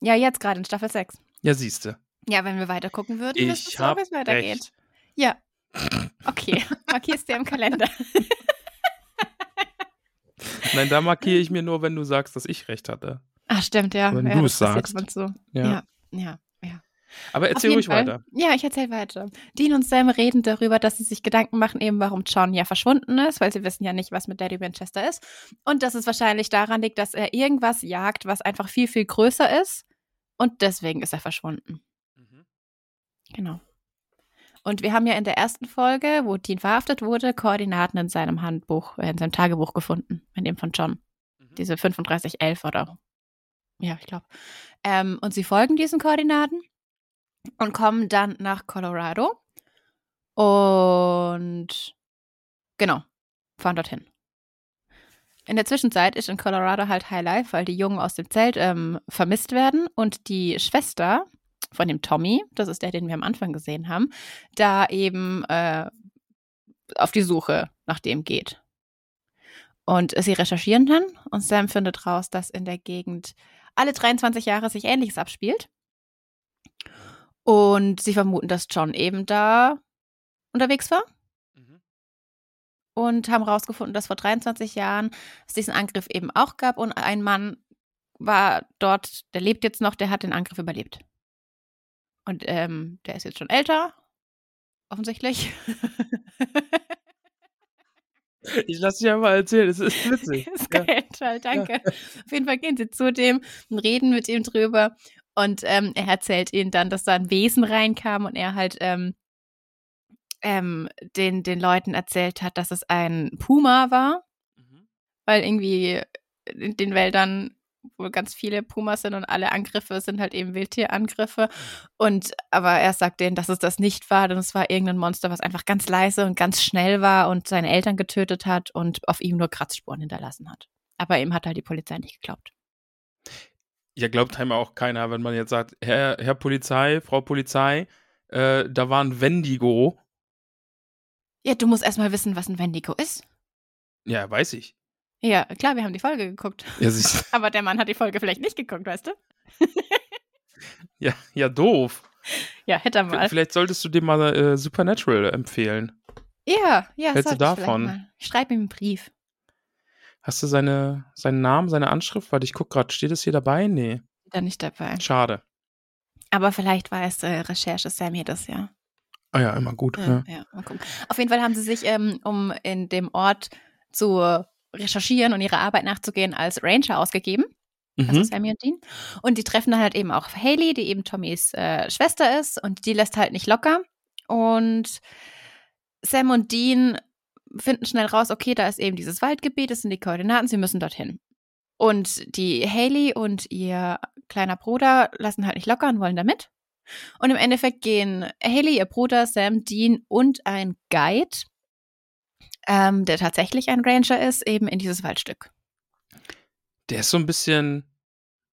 S4: Ja, jetzt gerade in Staffel 6.
S2: Ja, siehste.
S4: Ja, wenn wir weiter gucken würden,
S2: Ich
S4: wüsstest du,
S2: hab
S4: wie es weitergeht.
S2: recht.
S4: Ja. Okay, markierst dir im Kalender.
S2: Nein, da markiere ich mir nur, wenn du sagst, dass ich recht hatte.
S4: Ach, stimmt, ja.
S2: Wenn
S4: ja,
S2: du
S4: das
S2: es
S4: passiert
S2: sagst.
S4: ab und zu.
S2: Ja.
S4: Ja, ja. ja.
S2: Aber
S4: Auf
S2: erzähl
S4: jeden
S2: ruhig
S4: Fall.
S2: weiter.
S4: Ja, ich erzähle weiter. Dean und Sam reden darüber, dass sie sich Gedanken machen, eben warum John ja verschwunden ist, weil sie wissen ja nicht, was mit Daddy Winchester ist. Und dass es wahrscheinlich daran liegt, dass er irgendwas
S2: Mhm,
S4: jagt, was einfach viel, viel größer ist. Und deswegen ist er verschwunden. Genau. Und wir haben ja in der ersten Folge, wo Dean verhaftet wurde, Koordinaten in seinem Handbuch, äh, in seinem Tagebuch gefunden, in dem von John. Diese 3511 oder. Ja, ich glaube. Ähm, und sie folgen diesen Koordinaten und kommen dann nach Colorado. Und genau, fahren dorthin. In der Zwischenzeit ist in Colorado halt High Life, weil die Jungen aus dem Zelt ähm, vermisst werden und die Schwester von dem Tommy, das ist der, den wir am Anfang gesehen haben, da eben äh, auf die Suche nach dem geht. Und sie recherchieren dann und Sam findet raus, dass in der Gegend alle 23 Jahre sich Ähnliches abspielt. Und sie vermuten, dass John eben da unterwegs war
S2: mhm.
S4: und haben herausgefunden, dass vor 23 Jahren es diesen Angriff eben auch gab und ein Mann war dort, der lebt jetzt noch, der hat den Angriff überlebt. Und ähm, der ist jetzt schon älter, offensichtlich.
S2: Ich lasse dich einfach erzählen, es ist witzig.
S4: ist
S2: Ja.
S4: geil, toll, danke. Auf jeden Fall gehen sie zu dem und reden mit ihm drüber. Und ähm, er erzählt ihnen dann, dass da ein Wesen reinkam und er halt ähm, ähm, den, den Leuten erzählt hat, dass es ein Puma war,
S2: Mhm.
S4: weil irgendwie in den Wäldern wohl ganz viele Pumas sind und alle Angriffe sind halt eben Wildtierangriffe. Und aber er sagt denen, dass es das nicht war, denn es war irgendein Monster, was einfach ganz leise und ganz schnell war und seine Eltern getötet hat und auf ihm nur Kratzspuren hinterlassen hat. Aber ihm hat halt die Polizei nicht geglaubt.
S2: Ja, glaubt einem auch keiner, wenn man jetzt sagt, Herr, Herr Polizei, Frau Polizei, äh, da war ein Wendigo.
S4: Ja, du musst erstmal wissen, was ein Wendigo ist.
S2: Ja, weiß ich.
S4: Ja, klar, wir haben die Folge geguckt.
S2: Ja, siehst-
S4: Aber der Mann hat die Folge vielleicht nicht geguckt, weißt du?
S2: ja, ja doof.
S4: Ja, hätte er
S2: V-
S4: mal.
S2: Vielleicht solltest du dem mal äh, Supernatural empfehlen.
S4: Ja, ja,
S2: Hältst du
S4: sollte ich vielleicht
S2: davon?
S4: mal. Ich schreibe ihm einen Brief.
S2: Hast du seine, seinen Namen, seine Anschrift? Warte, ich guck gerade, steht es hier dabei? Nee.
S4: Da nicht dabei.
S2: Schade.
S4: Aber vielleicht war es äh, Recherche Sammy das Jahr.
S2: Ah ja, immer gut.
S4: Ja,
S2: Ja.
S4: ja, mal gucken. Auf jeden Fall haben sie sich, ähm, um in dem Ort zu recherchieren und ihrer Arbeit nachzugehen, als Ranger ausgegeben. Also
S2: Mhm.
S4: Sammy und Dean. Und die treffen dann halt eben auch Haley, die eben Tommys äh, Schwester ist und die lässt halt nicht locker. Und Sam und Dean finden schnell raus, okay, da ist eben dieses Waldgebiet, das sind die Koordinaten, sie müssen dorthin. Und die Haley und ihr kleiner Bruder lassen halt nicht locker und wollen da mit. Und im Endeffekt gehen Haley, ihr Bruder, Sam, Dean und ein Guide, ähm, der tatsächlich ein Ranger ist, eben in dieses Waldstück.
S2: Der ist so ein bisschen.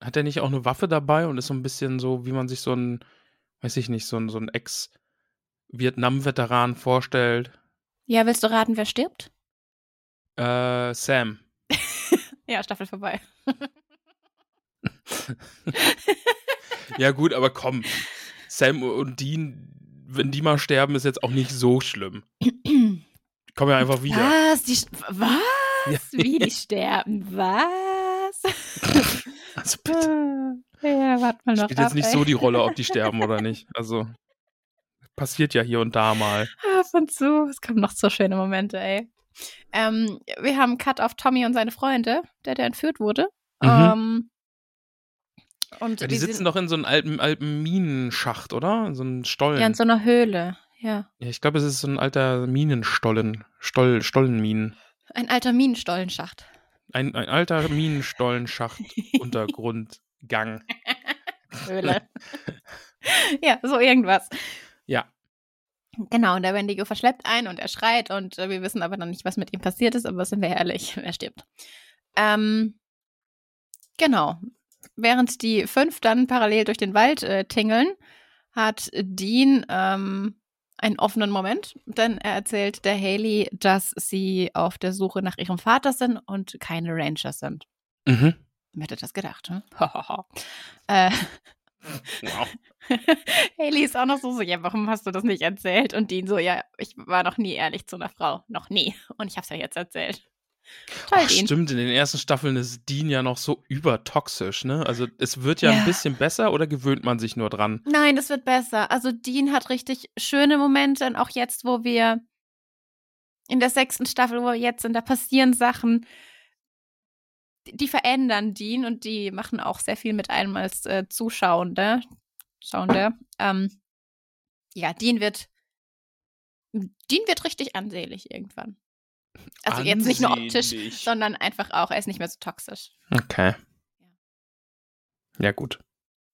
S2: Hat er nicht auch eine Waffe dabei und ist so ein bisschen so, wie man sich so ein, weiß ich nicht, so ein, so ein Ex-Vietnam-Veteran vorstellt?
S4: Ja, willst du raten, wer stirbt?
S2: Äh, Sam.
S4: Ja, Staffel vorbei.
S2: Ja, gut, aber komm. Sam und Dean, wenn die mal sterben, ist jetzt auch nicht so schlimm. Die kommen ja einfach wieder.
S4: Was? Die, sch- was?
S2: Ja.
S4: Wie die sterben? Was?
S2: Also bitte.
S4: ja, warte mal noch.
S2: Spielt jetzt
S4: ab,
S2: nicht
S4: ey.
S2: so die Rolle, ob die sterben oder nicht. Also, passiert ja hier und da mal.
S4: Ab und zu. Es kommen noch so schöne Momente, ey. Ähm, wir haben einen Cut auf Tommy und seine Freunde, der, der entführt wurde. Ähm, und
S2: Mhm. Ja, die sitzen doch in so einem alten, alten Minenschacht, oder? In so einem Stollen.
S4: ja,
S2: Ja,
S4: in so einer Höhle. Ja.
S2: ich glaube, es ist so ein alter Minenstollen. Stoll, Stollenminen.
S4: Ein alter Minenstollenschacht.
S2: Ein, ein alter Minenstollenschacht. Untergrundgang.
S4: Höhle. ja, so irgendwas.
S2: Ja.
S4: Genau, und der Wendigo verschleppt einen und er schreit und äh, wir wissen aber noch nicht, was mit ihm passiert ist, aber sind wir ehrlich, er stirbt. Ähm, genau. Während die fünf dann parallel durch den Wald äh, tingeln, hat Dean ähm, einen offenen Moment, denn er erzählt der Haley, dass sie auf der Suche nach ihrem Vater sind und keine Rangers sind.
S2: Mhm.
S4: Wer hätte das gedacht? Hm? äh,
S2: Wow.
S4: Haley ist auch noch so, so, ja, warum hast du das nicht erzählt? Und Dean so, ja, ich war noch nie ehrlich zu einer Frau. Noch nie. Und ich hab's ja jetzt erzählt. Toll,
S2: Ach,
S4: Dean.
S2: stimmt, in den ersten Staffeln ist Dean ja noch so übertoxisch, ne? Also es wird ja,
S4: Ja.
S2: ein bisschen besser oder gewöhnt man sich nur dran?
S4: Nein, es wird besser. Also Dean hat richtig schöne Momente und auch jetzt, wo wir in der sechsten Staffel, wo wir jetzt sind, da passieren Sachen, die- die verändern Dean und die machen auch sehr viel mit einem als äh, Zuschauende. Schauende. Ähm, Ja, Dean wird. Dean wird richtig ansehnlich irgendwann. Also jetzt nicht nur optisch,
S2: Ansehnlich.
S4: sondern einfach auch, er ist nicht mehr so toxisch.
S2: Okay. Ja, gut.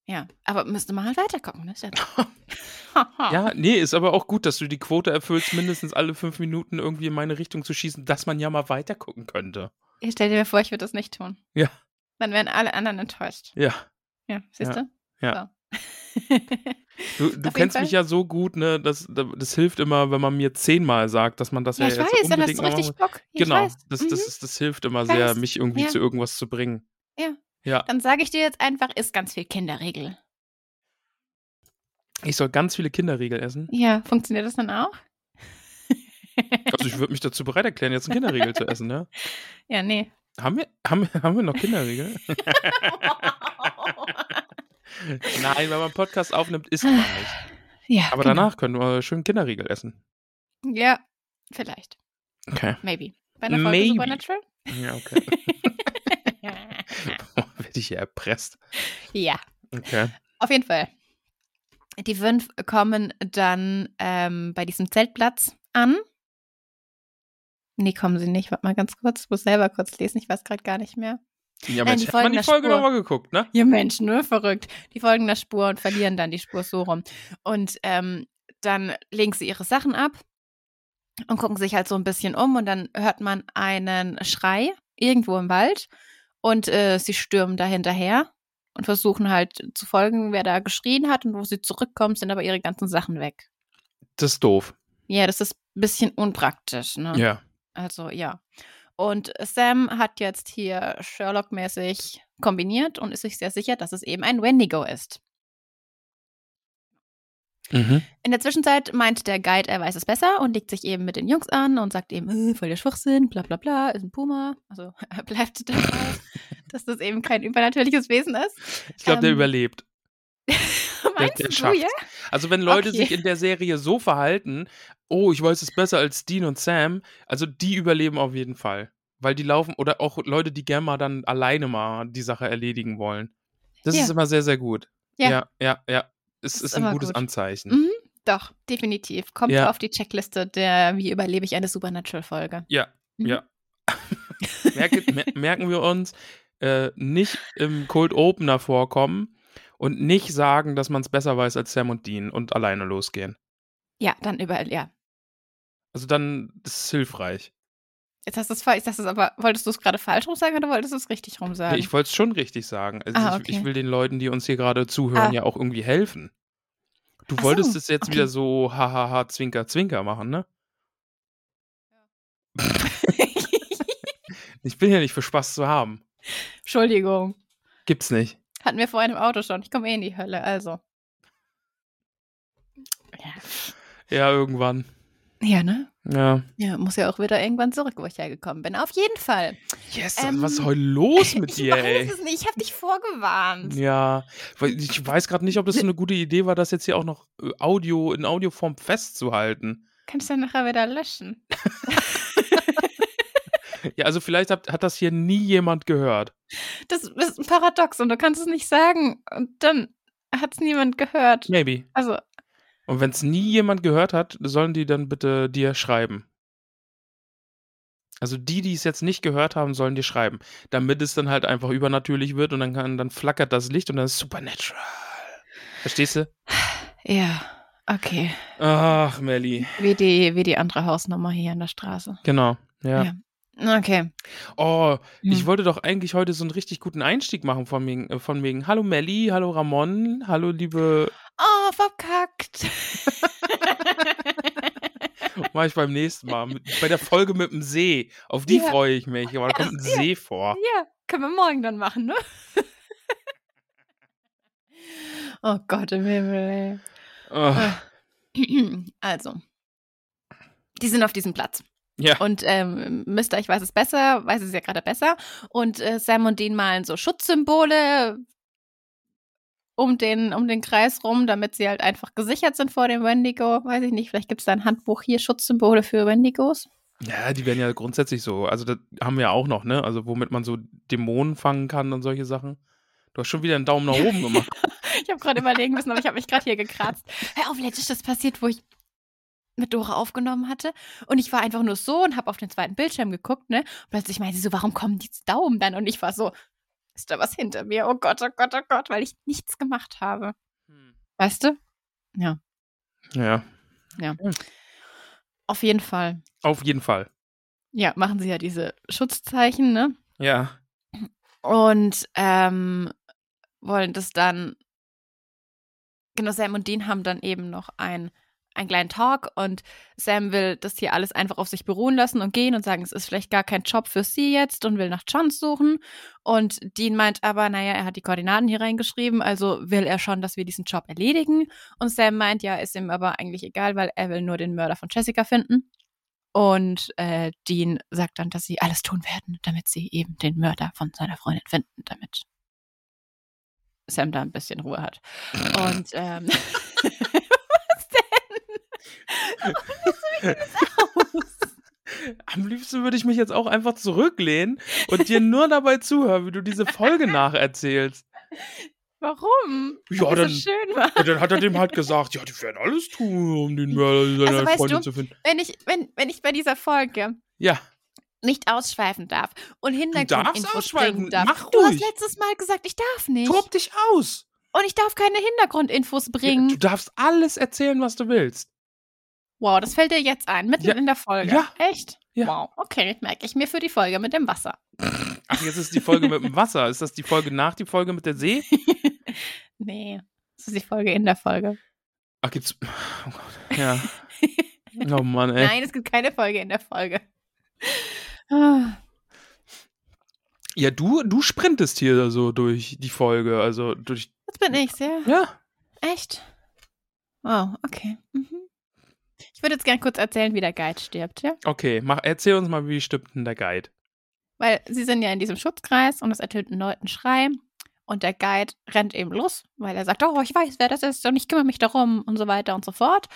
S4: Ja, aber müsste man halt weitergucken, ne? Ist ja-
S2: Ja, nee, ist aber auch gut, dass du die Quote erfüllst, mindestens alle fünf Minuten irgendwie in meine Richtung zu schießen, dass man ja mal weiter gucken könnte.
S4: Ich stell dir vor, ich würde das nicht tun.
S2: Ja.
S4: Dann wären alle anderen enttäuscht.
S2: Ja.
S4: Ja, siehst
S2: Ja,
S4: du?
S2: ja. Du,
S4: So. jeden
S2: du kennst mich
S4: Fall.
S2: ja so gut, ne? Das, das hilft immer, wenn man mir zehnmal sagt, dass man das ja,
S4: ja, ich
S2: jetzt
S4: weiß, dann
S2: unbedingt
S4: hast du
S2: noch
S4: richtig
S2: machen-
S4: Bock. Ich
S2: Genau,
S4: weiß.
S2: das,
S4: Mhm.
S2: das, ist, das hilft immer
S4: Ich
S2: sehr,
S4: weiß.
S2: mich irgendwie
S4: Ja.
S2: zu irgendwas zu bringen.
S4: Ja.
S2: Ja,
S4: Dann sage ich dir jetzt einfach, ist ganz viel Kinderregel.
S2: ich soll ganz viele Kinderriegel essen.
S4: Ja, funktioniert das dann auch?
S2: Also ich würde mich dazu bereit erklären, jetzt einen Kinderriegel zu essen, ne?
S4: Ja, nee.
S2: Haben wir, haben, haben wir noch Kinderriegel? Nein, wenn man einen Podcast aufnimmt, isst man nicht.
S4: ja,
S2: Aber
S4: genau.
S2: danach können wir schön Kinderriegel essen.
S4: Ja, vielleicht.
S2: Okay.
S4: Maybe. Bei einer Folge
S2: Maybe.
S4: Supernatural?
S2: Ja, okay. Boah, Werde ich hier erpresst.
S4: ja,
S2: Okay.
S4: auf jeden Fall. Die fünf kommen dann ähm, bei diesem Zeltplatz an. Nee, kommen sie nicht. Warte mal ganz kurz. Ich muss selber kurz lesen. Ich weiß gerade gar nicht mehr.
S2: Ja,
S4: Nein,
S2: Mensch,
S4: die
S2: hat man
S4: Folgen
S2: die
S4: der
S2: Folge
S4: Spur.
S2: nochmal geguckt, ne?
S4: Ihr Mensch, ne? Verrückt. Die folgen der Spur und verlieren dann die Spur so rum. Und ähm, dann legen sie ihre Sachen ab und gucken sich halt so ein bisschen um und dann hört man einen Schrei irgendwo im Wald und äh, sie stürmen da hinterher und versuchen halt zu folgen, wer da geschrien hat und wo sie zurückkommen, sind aber ihre ganzen Sachen weg.
S2: Das ist doof.
S4: Ja, das ist ein bisschen unpraktisch, ne?
S2: Ja.
S4: Also ja. Und Sam hat jetzt hier Sherlock-mäßig kombiniert und ist sich sehr sicher, dass es eben ein Wendigo ist.
S2: Mhm.
S4: In der Zwischenzeit meint der Guide, er weiß es besser und legt sich eben mit den Jungs an und sagt eben, äh, voll der Schwachsinn, bla bla bla, ist ein Puma. Also er bleibt dabei, dass das eben kein übernatürliches Wesen ist.
S2: Ich glaube, der
S4: Ähm,
S2: überlebt.
S4: Meinst
S2: der
S4: du,
S2: schafft's.
S4: ja?
S2: Also wenn Leute
S4: Okay.
S2: sich in der Serie so verhalten, oh, ich weiß es besser als Dean und Sam, also die überleben auf jeden Fall. Weil die laufen, oder auch Leute, die gerne mal dann alleine mal die Sache erledigen wollen. Das
S4: Ja.
S2: ist immer sehr, sehr gut.
S4: Ja.
S2: ja, ja. ja. Es
S4: Das
S2: ist,
S4: ist
S2: ein
S4: immer
S2: gutes
S4: gut.
S2: Anzeichen.
S4: Mhm. Doch, definitiv. Kommt
S2: Ja.
S4: auf die Checkliste der Wie überlebe ich eine Supernatural-Folge.
S2: Ja,
S4: Mhm.
S2: ja. Merke, mer merken wir uns, äh, nicht im Cold Opener vorkommen und nicht sagen, dass man es besser weiß als Sam und Dean und alleine losgehen.
S4: Ja, dann überall, ja.
S2: Also dann das ist hilfreich.
S4: Jetzt hast du es fa- jetzt hast du es aber, wolltest du es gerade falsch rum sagen oder wolltest du es richtig rum sagen?
S2: Nee, ich wollte es schon richtig sagen. Also
S4: Ah,
S2: ich, ich
S4: okay.
S2: will den Leuten, die uns hier gerade zuhören,
S4: Ah.
S2: ja auch irgendwie helfen. Du
S4: Ach
S2: wolltest
S4: so,
S2: es jetzt
S4: okay.
S2: wieder so hahaha, zwinker, zwinker machen, ne? Ich bin ja nicht für Spaß zu haben.
S4: Entschuldigung.
S2: Gibt's nicht.
S4: Hatten wir vorhin im Auto schon. Ich komme eh in die Hölle, also. Ja.
S2: Ja, irgendwann.
S4: ja, ne?
S2: Ja.
S4: Ja, muss ja auch wieder irgendwann zurück, wo ich hergekommen bin. Auf jeden Fall.
S2: Yes,
S4: Ähm,
S2: was ist heute los mit
S4: ich
S2: dir,
S4: weiß
S2: Oh ey?
S4: es nicht. Ich habe dich vorgewarnt.
S2: Ja, weil ich weiß gerade nicht, ob das so eine gute Idee war, das jetzt hier auch noch äh, Audio in Audioform festzuhalten.
S4: Kannst du ja nachher wieder löschen.
S2: Ja, also vielleicht hat, hat das hier nie jemand gehört.
S4: Das ist ein Paradox und du kannst es nicht sagen. Und dann hat es niemand gehört.
S2: Maybe.
S4: Also,
S2: Und wenn es nie jemand gehört hat, sollen die dann bitte dir schreiben. Also die, die es jetzt nicht gehört haben, sollen dir schreiben, damit es dann halt einfach übernatürlich wird und dann, kann, dann flackert das Licht und dann ist supernatural. Verstehst du?
S4: ja, okay.
S2: Ach, Melli.
S4: Wie die, wie die andere Hausnummer hier an der Straße.
S2: Genau. Ja.
S4: Ja. Okay.
S2: Oh, ich
S4: Hm.
S2: wollte doch eigentlich heute so einen richtig guten Einstieg machen von wegen, äh, von wegen Hallo Melli, hallo Ramon, hallo liebe.
S4: Oh, verkackt.
S2: Mach ich beim nächsten Mal. Mit, bei der Folge mit dem See. Auf die
S4: Ja.
S2: freue ich mich. Aber da kommt ein
S4: ja.
S2: See vor.
S4: Ja, können wir morgen dann machen, ne? oh Gott im Himmel,
S2: Ach.
S4: ey. Also, die sind auf diesem Platz.
S2: Ja.
S4: Und ähm, Mister, ich weiß es besser, weiß es ja gerade besser. Und äh, Sam und Dean malen so Schutzsymbole um den, um den Kreis rum, damit sie halt einfach gesichert sind vor dem Wendigo. Weiß ich nicht, vielleicht gibt es da ein Handbuch hier, Schutzsymbole für Wendigos.
S2: Ja, die werden ja grundsätzlich so. Also, das haben wir auch noch, ne? Also, womit man so Dämonen fangen kann und solche Sachen. Du hast schon wieder einen Daumen nach oben gemacht.
S4: Ich habe gerade überlegen müssen, aber ich habe mich gerade hier gekratzt. Hör auf, letztes das passiert, wo ich mit Dora aufgenommen hatte und ich war einfach nur so und habe auf den zweiten Bildschirm geguckt, ne? Und plötzlich meinte sie so, warum kommen die Daumen dann? Und ich war so, ist da was hinter mir? Oh Gott, oh Gott, oh Gott, weil ich nichts gemacht habe.
S2: Hm.
S4: Weißt du?
S2: Ja.
S4: Auf jeden Fall.
S2: Auf jeden Fall.
S4: Ja, machen sie ja diese Schutzzeichen, ne?
S2: Ja.
S4: Und ähm, wollen das dann. Genau, Sam und Dean haben dann eben noch ein, einen kleinen Talk und Sam will das hier alles einfach auf sich beruhen lassen und gehen und sagen, es ist vielleicht gar kein Job für sie jetzt und will nach Johns suchen. Und Dean meint aber, naja, er hat die Koordinaten hier reingeschrieben, also will er schon, dass wir diesen Job erledigen. Und Sam meint, ja, ist ihm aber eigentlich egal, weil er will nur den Mörder von Jessica finden. Und äh, Dean sagt dann, dass sie alles tun werden, damit sie eben den Mörder von seiner Freundin finden, damit Sam da ein bisschen Ruhe hat. Und ähm, was denn? Warum lässt du mich denn jetzt aus?
S2: Am liebsten würde ich mich jetzt auch einfach zurücklehnen und dir nur dabei zuhören, wie du diese Folge nacherzählst.
S4: Warum?
S2: Ja,
S4: Weil
S2: dann,
S4: es so schön war.
S2: ja, dann hat er dem halt gesagt, ja, die werden alles tun, um den Mörder seiner
S4: Also, weißt
S2: Freundin
S4: du-
S2: zu finden.
S4: Wenn ich, wenn, wenn ich bei dieser Folge
S2: Ja,
S4: nicht ausschweifen darf und Hintergrundinfos
S2: ausschweifen,
S4: bringen darf.
S2: mach
S4: du hast
S2: ruhig.
S4: letztes Mal gesagt, ich darf nicht.
S2: tob dich aus.
S4: Und ich darf keine Hintergrundinfos
S2: Ja,
S4: bringen.
S2: du darfst alles erzählen, was du willst.
S4: Wow, das fällt dir jetzt ein, mitten
S2: Ja.
S4: in der Folge.
S2: Ja.
S4: Echt?
S2: Ja.
S4: Wow, okay, merke ich mir für die Folge mit dem Wasser.
S2: Ach, jetzt ist die Folge mit dem Wasser. Ist das die Folge nach die Folge mit der See?
S4: nee, das ist die Folge in der Folge.
S2: Ach, gibt's. Oh Gott. Ja. Oh Mann, ey.
S4: Nein, es gibt keine Folge in der Folge. Ah,
S2: Ja, du, du sprintest hier so durch die Folge, also durch.
S4: Jetzt bin ich's, ja.
S2: Ja.
S4: Echt? Wow, okay. Mhm. Ich würde jetzt gerne kurz erzählen, wie der Guide stirbt, ja?
S2: Okay, mach, erzähl uns mal, wie stimmt denn der Guide?
S4: Weil sie sind ja in diesem Schutzkreis und es ertönt ein Leuten Schrei. Und der Guide rennt eben los, weil er sagt, oh, ich weiß, wer das ist und ich kümmere mich darum und so weiter und so fort.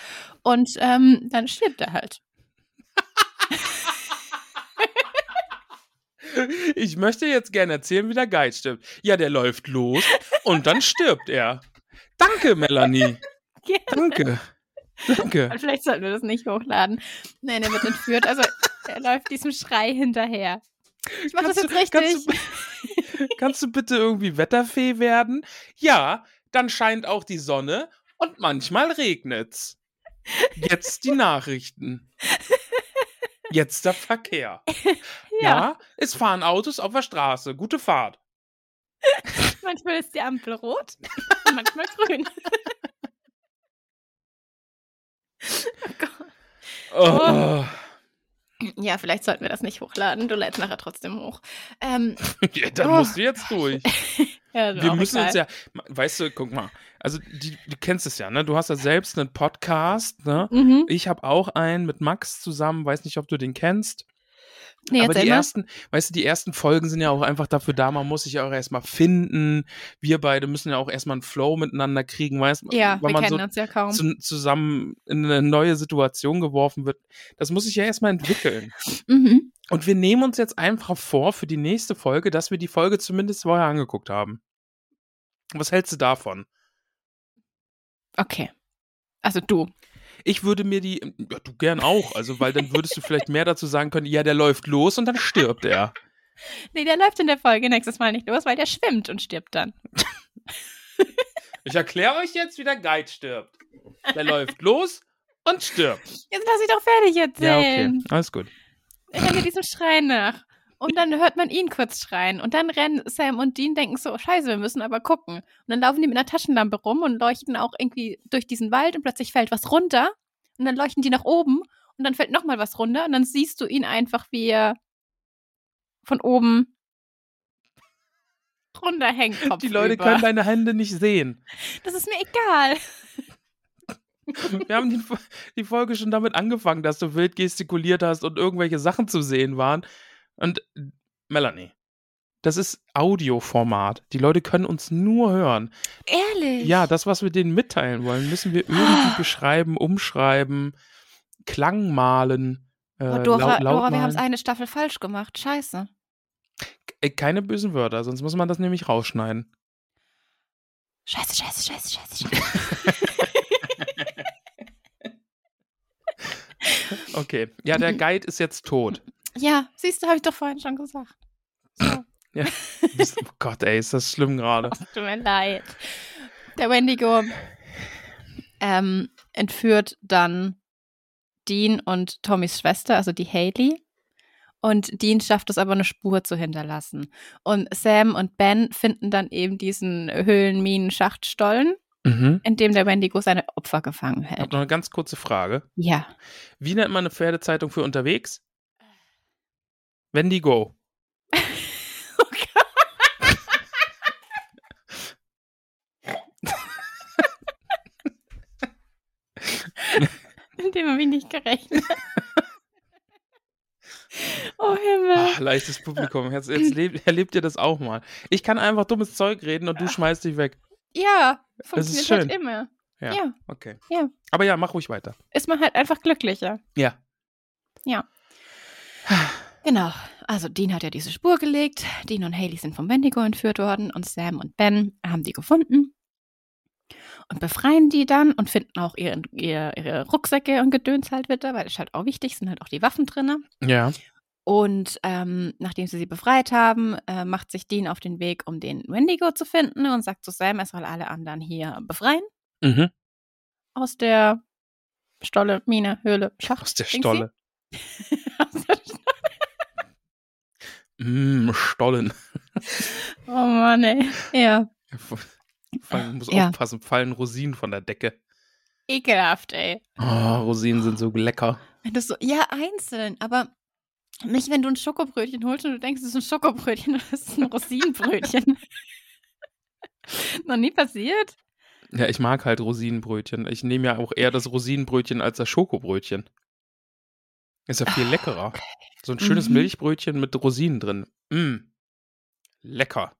S4: Und ähm, dann stirbt er halt.
S2: Ich möchte jetzt gerne erzählen, wie der Guide stirbt. Ja, der läuft los und dann stirbt er. Danke, Melanie.
S4: Gerne.
S2: Danke. Danke.
S4: Und vielleicht sollten wir das nicht hochladen. Nein, er wird entführt. Also er läuft diesem Schrei hinterher. Ich mach das jetzt richtig.
S2: Kannst du, kannst du bitte irgendwie Wetterfee werden? Ja, dann scheint auch die Sonne und manchmal regnet's. Jetzt die Nachrichten. Jetzt der Verkehr. Ja. es fahren Autos auf der Straße. Gute Fahrt.
S4: Manchmal ist die Ampel rot, manchmal grün.
S2: Oh.
S4: Ja, vielleicht sollten wir das nicht hochladen. Du lädst nachher trotzdem hoch. Ähm,
S2: Ja, dann
S4: Oh.
S2: musst du jetzt durch.
S4: ja, ist
S2: Wir
S4: auch
S2: müssen
S4: egal.
S2: uns ja, weißt du, guck mal, also die, du kennst es ja, ne? Du hast ja selbst einen Podcast, ne?
S4: Mhm.
S2: Ich habe auch einen mit Max zusammen, weiß nicht, ob du den kennst.
S4: Nee,
S2: Aber
S4: erzähl
S2: die
S4: mal.
S2: ersten, weißt du, die ersten Folgen sind ja auch einfach dafür da, man muss sich ja auch erstmal finden. Wir beide müssen ja auch erstmal einen Flow miteinander kriegen, weißt du?
S4: Ja, wir
S2: man
S4: kennen
S2: so
S4: uns ja kaum.
S2: zu, zusammen in eine neue Situation geworfen wird. Das muss sich ja erstmal entwickeln.
S4: Mhm.
S2: Und wir nehmen uns jetzt einfach vor für die nächste Folge, dass wir die Folge zumindest vorher angeguckt haben. Was hältst du davon?
S4: Okay. Also du.
S2: Ich würde mir die, ja, du gern auch, also, weil dann würdest du vielleicht mehr dazu sagen können, ja, der läuft los und dann stirbt er.
S4: Nee, der läuft in der Folge nächstes Mal nicht los, weil der schwimmt und stirbt dann.
S2: Ich erkläre euch jetzt, wie der Guide stirbt. Der läuft los und stirbt.
S4: Jetzt lass ich doch fertig erzählen.
S2: Alles gut.
S4: Er rennt diesem Schrei nach. Und dann hört man ihn kurz schreien. Und dann rennen Sam und Dean, denken so, scheiße, wir müssen aber gucken. Und dann laufen die mit einer Taschenlampe rum und leuchten auch irgendwie durch diesen Wald und plötzlich fällt was runter. Und dann leuchten die nach oben und dann fällt nochmal was runter und dann siehst du ihn einfach, wie er von oben runterhängt.
S2: Die Leute
S4: kopfüber.
S2: können deine Hände nicht sehen.
S4: Das ist mir egal.
S2: Wir haben die, die Folge schon damit angefangen, dass du wild gestikuliert hast und irgendwelche Sachen zu sehen waren. Und äh, Melanie, das ist Audioformat. Die Leute können uns nur hören.
S4: Ehrlich.
S2: Ja, das, was wir denen mitteilen wollen, müssen wir irgendwie beschreiben, umschreiben, Klang malen. Äh,
S4: Boah, Dora,
S2: laut, laut
S4: Dora, wir
S2: malen.
S4: haben es eine Staffel falsch gemacht. Scheiße.
S2: Äh, Keine bösen Wörter, sonst muss man das nämlich rausschneiden.
S4: Scheiße, scheiße, scheiße, scheiße, scheiße.
S2: Okay. Ja, der Guide ist jetzt tot.
S4: ja, siehst du, habe ich doch vorhin schon gesagt. So,
S2: Oh Gott, ey, ist das schlimm gerade.
S4: tut mir leid. Der Wendigo ähm, entführt dann Dean und Tommys Schwester, also die Haley. Und Dean schafft es aber, eine Spur zu hinterlassen. Und Sam und Ben finden dann eben diesen Höhlenminen-Schachtstollen,
S2: Mhm.
S4: in dem der Wendigo seine Opfer gefangen
S2: Ich habe
S4: hält.
S2: noch eine ganz kurze Frage.
S4: Ja.
S2: Wie nennt man eine Pferdezeitung für unterwegs? Wendigo.
S4: Mit dem habe ich nicht gerechnet. oh Himmel.
S2: Ach, Ah, leichtes Publikum. Jetzt, jetzt lebt, erlebt ihr das auch mal. Ich kann einfach dummes Zeug reden und du
S4: Ah.
S2: schmeißt dich weg.
S4: Ja,
S2: Das ist
S4: funktioniert
S2: schön.
S4: halt immer.
S2: Ja.
S4: ja.
S2: Okay.
S4: Ja.
S2: Aber ja, mach ruhig weiter.
S4: Ist man halt einfach glücklicher.
S2: Ja.
S4: Genau. Also Dean hat ja diese Spur gelegt. Dean und Haley sind vom Wendigo entführt worden und Sam und Ben haben die gefunden und befreien die dann und finden auch ihren, ihr, ihre Rucksäcke und Gedöns halt wieder, weil das ist halt auch wichtig, sind halt auch die Waffen drinne.
S2: Ja.
S4: Und ähm, nachdem sie sie befreit haben, äh, macht sich Dean auf den Weg, um den Wendigo zu finden und sagt zu Sam, er soll alle anderen hier befreien
S2: Mhm.
S4: aus der Stolle, Mine, Höhle, Schacht.
S2: Aus der
S4: Dingsi.
S2: Stolle.
S4: Aus der Stolle.
S2: Mm, Stollen.
S4: Oh Mann, ey. Ja.
S2: Fallen, muss
S4: Ja.
S2: aufpassen, fallen Rosinen von der Decke.
S4: Ekelhaft, ey.
S2: Oh, Rosinen sind so lecker.
S4: Wenn du so, ja, einzeln, aber nicht, wenn du ein Schokobrötchen holst und du denkst, es ist ein Schokobrötchen und es ist ein Rosinenbrötchen. Noch nie passiert?
S2: Ja, ich mag halt Rosinenbrötchen. Ich nehme ja auch eher das Rosinenbrötchen als das Schokobrötchen. Ist ja viel leckerer. So ein schönes
S4: Mhm.
S2: Milchbrötchen mit Rosinen drin. Mm. Lecker.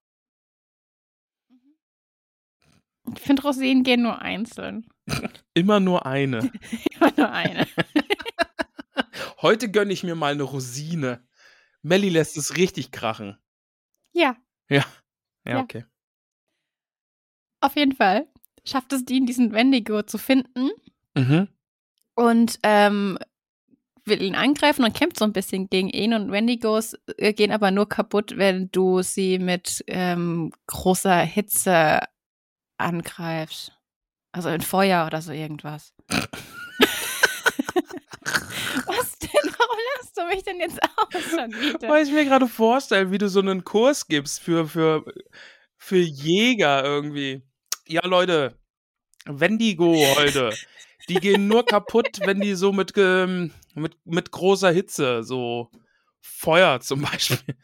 S4: Ich finde, Rosinen gehen nur einzeln.
S2: Immer nur eine.
S4: Immer nur eine.
S2: Heute gönne ich mir mal eine Rosine. Melli lässt es richtig krachen.
S4: Ja,
S2: Ja,
S4: Ja.
S2: okay.
S4: auf jeden Fall schafft es Dean, diesen Wendigo zu finden
S2: Mhm.
S4: und ähm, will ihn angreifen und kämpft so ein bisschen gegen ihn. Und Wendigos äh, gehen aber nur kaputt, wenn du sie mit ähm, großer Hitze angreifst. Also in Feuer oder so irgendwas. Was denn? Warum lachst du mich denn jetzt aus schon wieder?
S2: Weil ich mir gerade vorstelle, wie du so einen Kurs gibst für, für, für Jäger irgendwie. Ja, Leute, Wendigo heute. Die gehen nur kaputt, wenn die so mit, ähm, mit, mit großer Hitze, so Feuer zum Beispiel.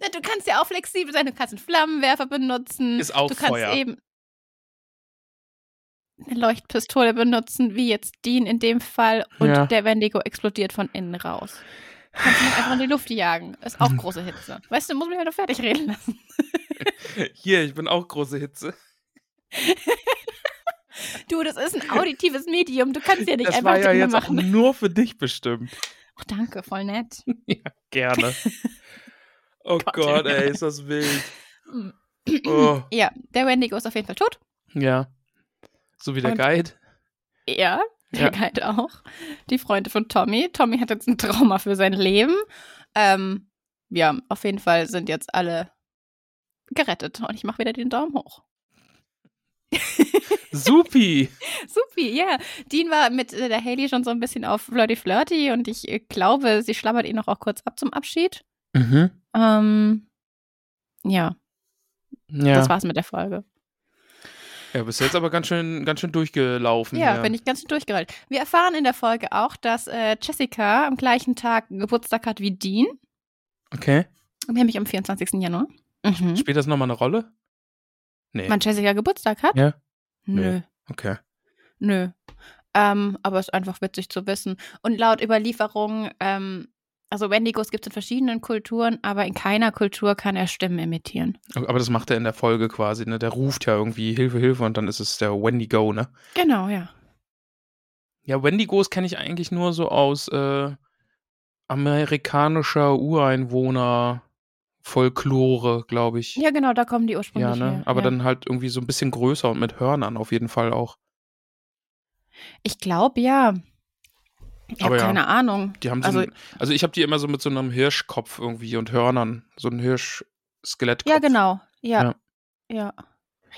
S4: Na, Du kannst ja auch flexibel sein. Du kannst einen Flammenwerfer benutzen.
S2: Ist auch
S4: du kannst
S2: Feuer.
S4: eben eine Leuchtpistole benutzen, wie jetzt Dean in dem Fall. Und
S2: Ja.
S4: der Wendigo explodiert von innen raus. Kannst ihn einfach in die Luft jagen. Ist auch große Hitze. Weißt du, muss mich halt noch fertig reden lassen.
S2: Hier, ich bin auch große Hitze.
S4: Du, das ist ein auditives Medium. Du kannst ja nicht
S2: Das
S4: einfach
S2: war ja
S4: Dinge
S2: jetzt auch
S4: machen.
S2: nur für dich bestimmt.
S4: Ach, danke, voll nett.
S2: Gerne. Oh
S4: Gott.
S2: Gott, ey, ist das wild.
S4: Mm.
S2: Oh.
S4: Ja, der Wendigo ist auf jeden Fall tot.
S2: Ja. So wie der
S4: Und-
S2: Guide.
S4: Er,
S2: Ja.
S4: der Guide auch. Die Freunde von Tommy. Tommy hat jetzt ein Trauma für sein Leben. Ähm, ja, auf jeden Fall sind jetzt alle gerettet. Und ich mache wieder den Daumen hoch.
S2: Supi.
S4: Supi, ja. Dean war mit äh, der Haley schon so ein bisschen auf Flirty Flirty und ich äh, glaube, sie schlabbert ihn noch auch kurz ab zum Abschied.
S2: Mhm.
S4: Ähm, ja,
S2: Ja.
S4: das war's mit der Folge.
S2: Ja, bist jetzt aber ganz schön, ganz schön durchgelaufen.
S4: Ja,
S2: hier.
S4: bin ich ganz schön durchgerollt. Wir erfahren in der Folge auch, dass äh, Jessica am gleichen Tag Geburtstag hat wie Dean.
S2: Okay.
S4: Nämlich am 24. Januar. Mhm.
S2: Hm? Spielt das nochmal eine Rolle? Nee.
S4: Wann Jessica Geburtstag hat?
S2: Ja.
S4: Nö,
S2: Okay.
S4: nö. Ähm, aber ist einfach witzig zu wissen. Und laut Überlieferung, ähm, also Wendigos gibt es in verschiedenen Kulturen, aber in keiner Kultur kann er Stimmen imitieren.
S2: Aber das macht er in der Folge quasi, ne? Der ruft ja irgendwie Hilfe, Hilfe und dann ist es der Wendigo, ne?
S4: Genau, ja.
S2: Ja, Wendigos kenne ich eigentlich nur so aus äh, amerikanischer Ureinwohner Folklore, glaube ich.
S4: Ja, genau, da kommen die
S2: Ja,
S4: ursprünglich
S2: ne?
S4: her.
S2: Aber
S4: ja.
S2: dann halt irgendwie so ein bisschen größer und mit Hörnern auf jeden Fall auch.
S4: Ich glaube, ja. Ich
S2: Aber
S4: habe
S2: ja.
S4: keine Ahnung.
S2: Die haben so
S4: Also-
S2: also, also ich habe die immer so mit so einem Hirschkopf irgendwie und Hörnern, so ein Hirschskelettkopf.
S4: Ja, genau. Ja.
S2: Ja.
S4: Ja.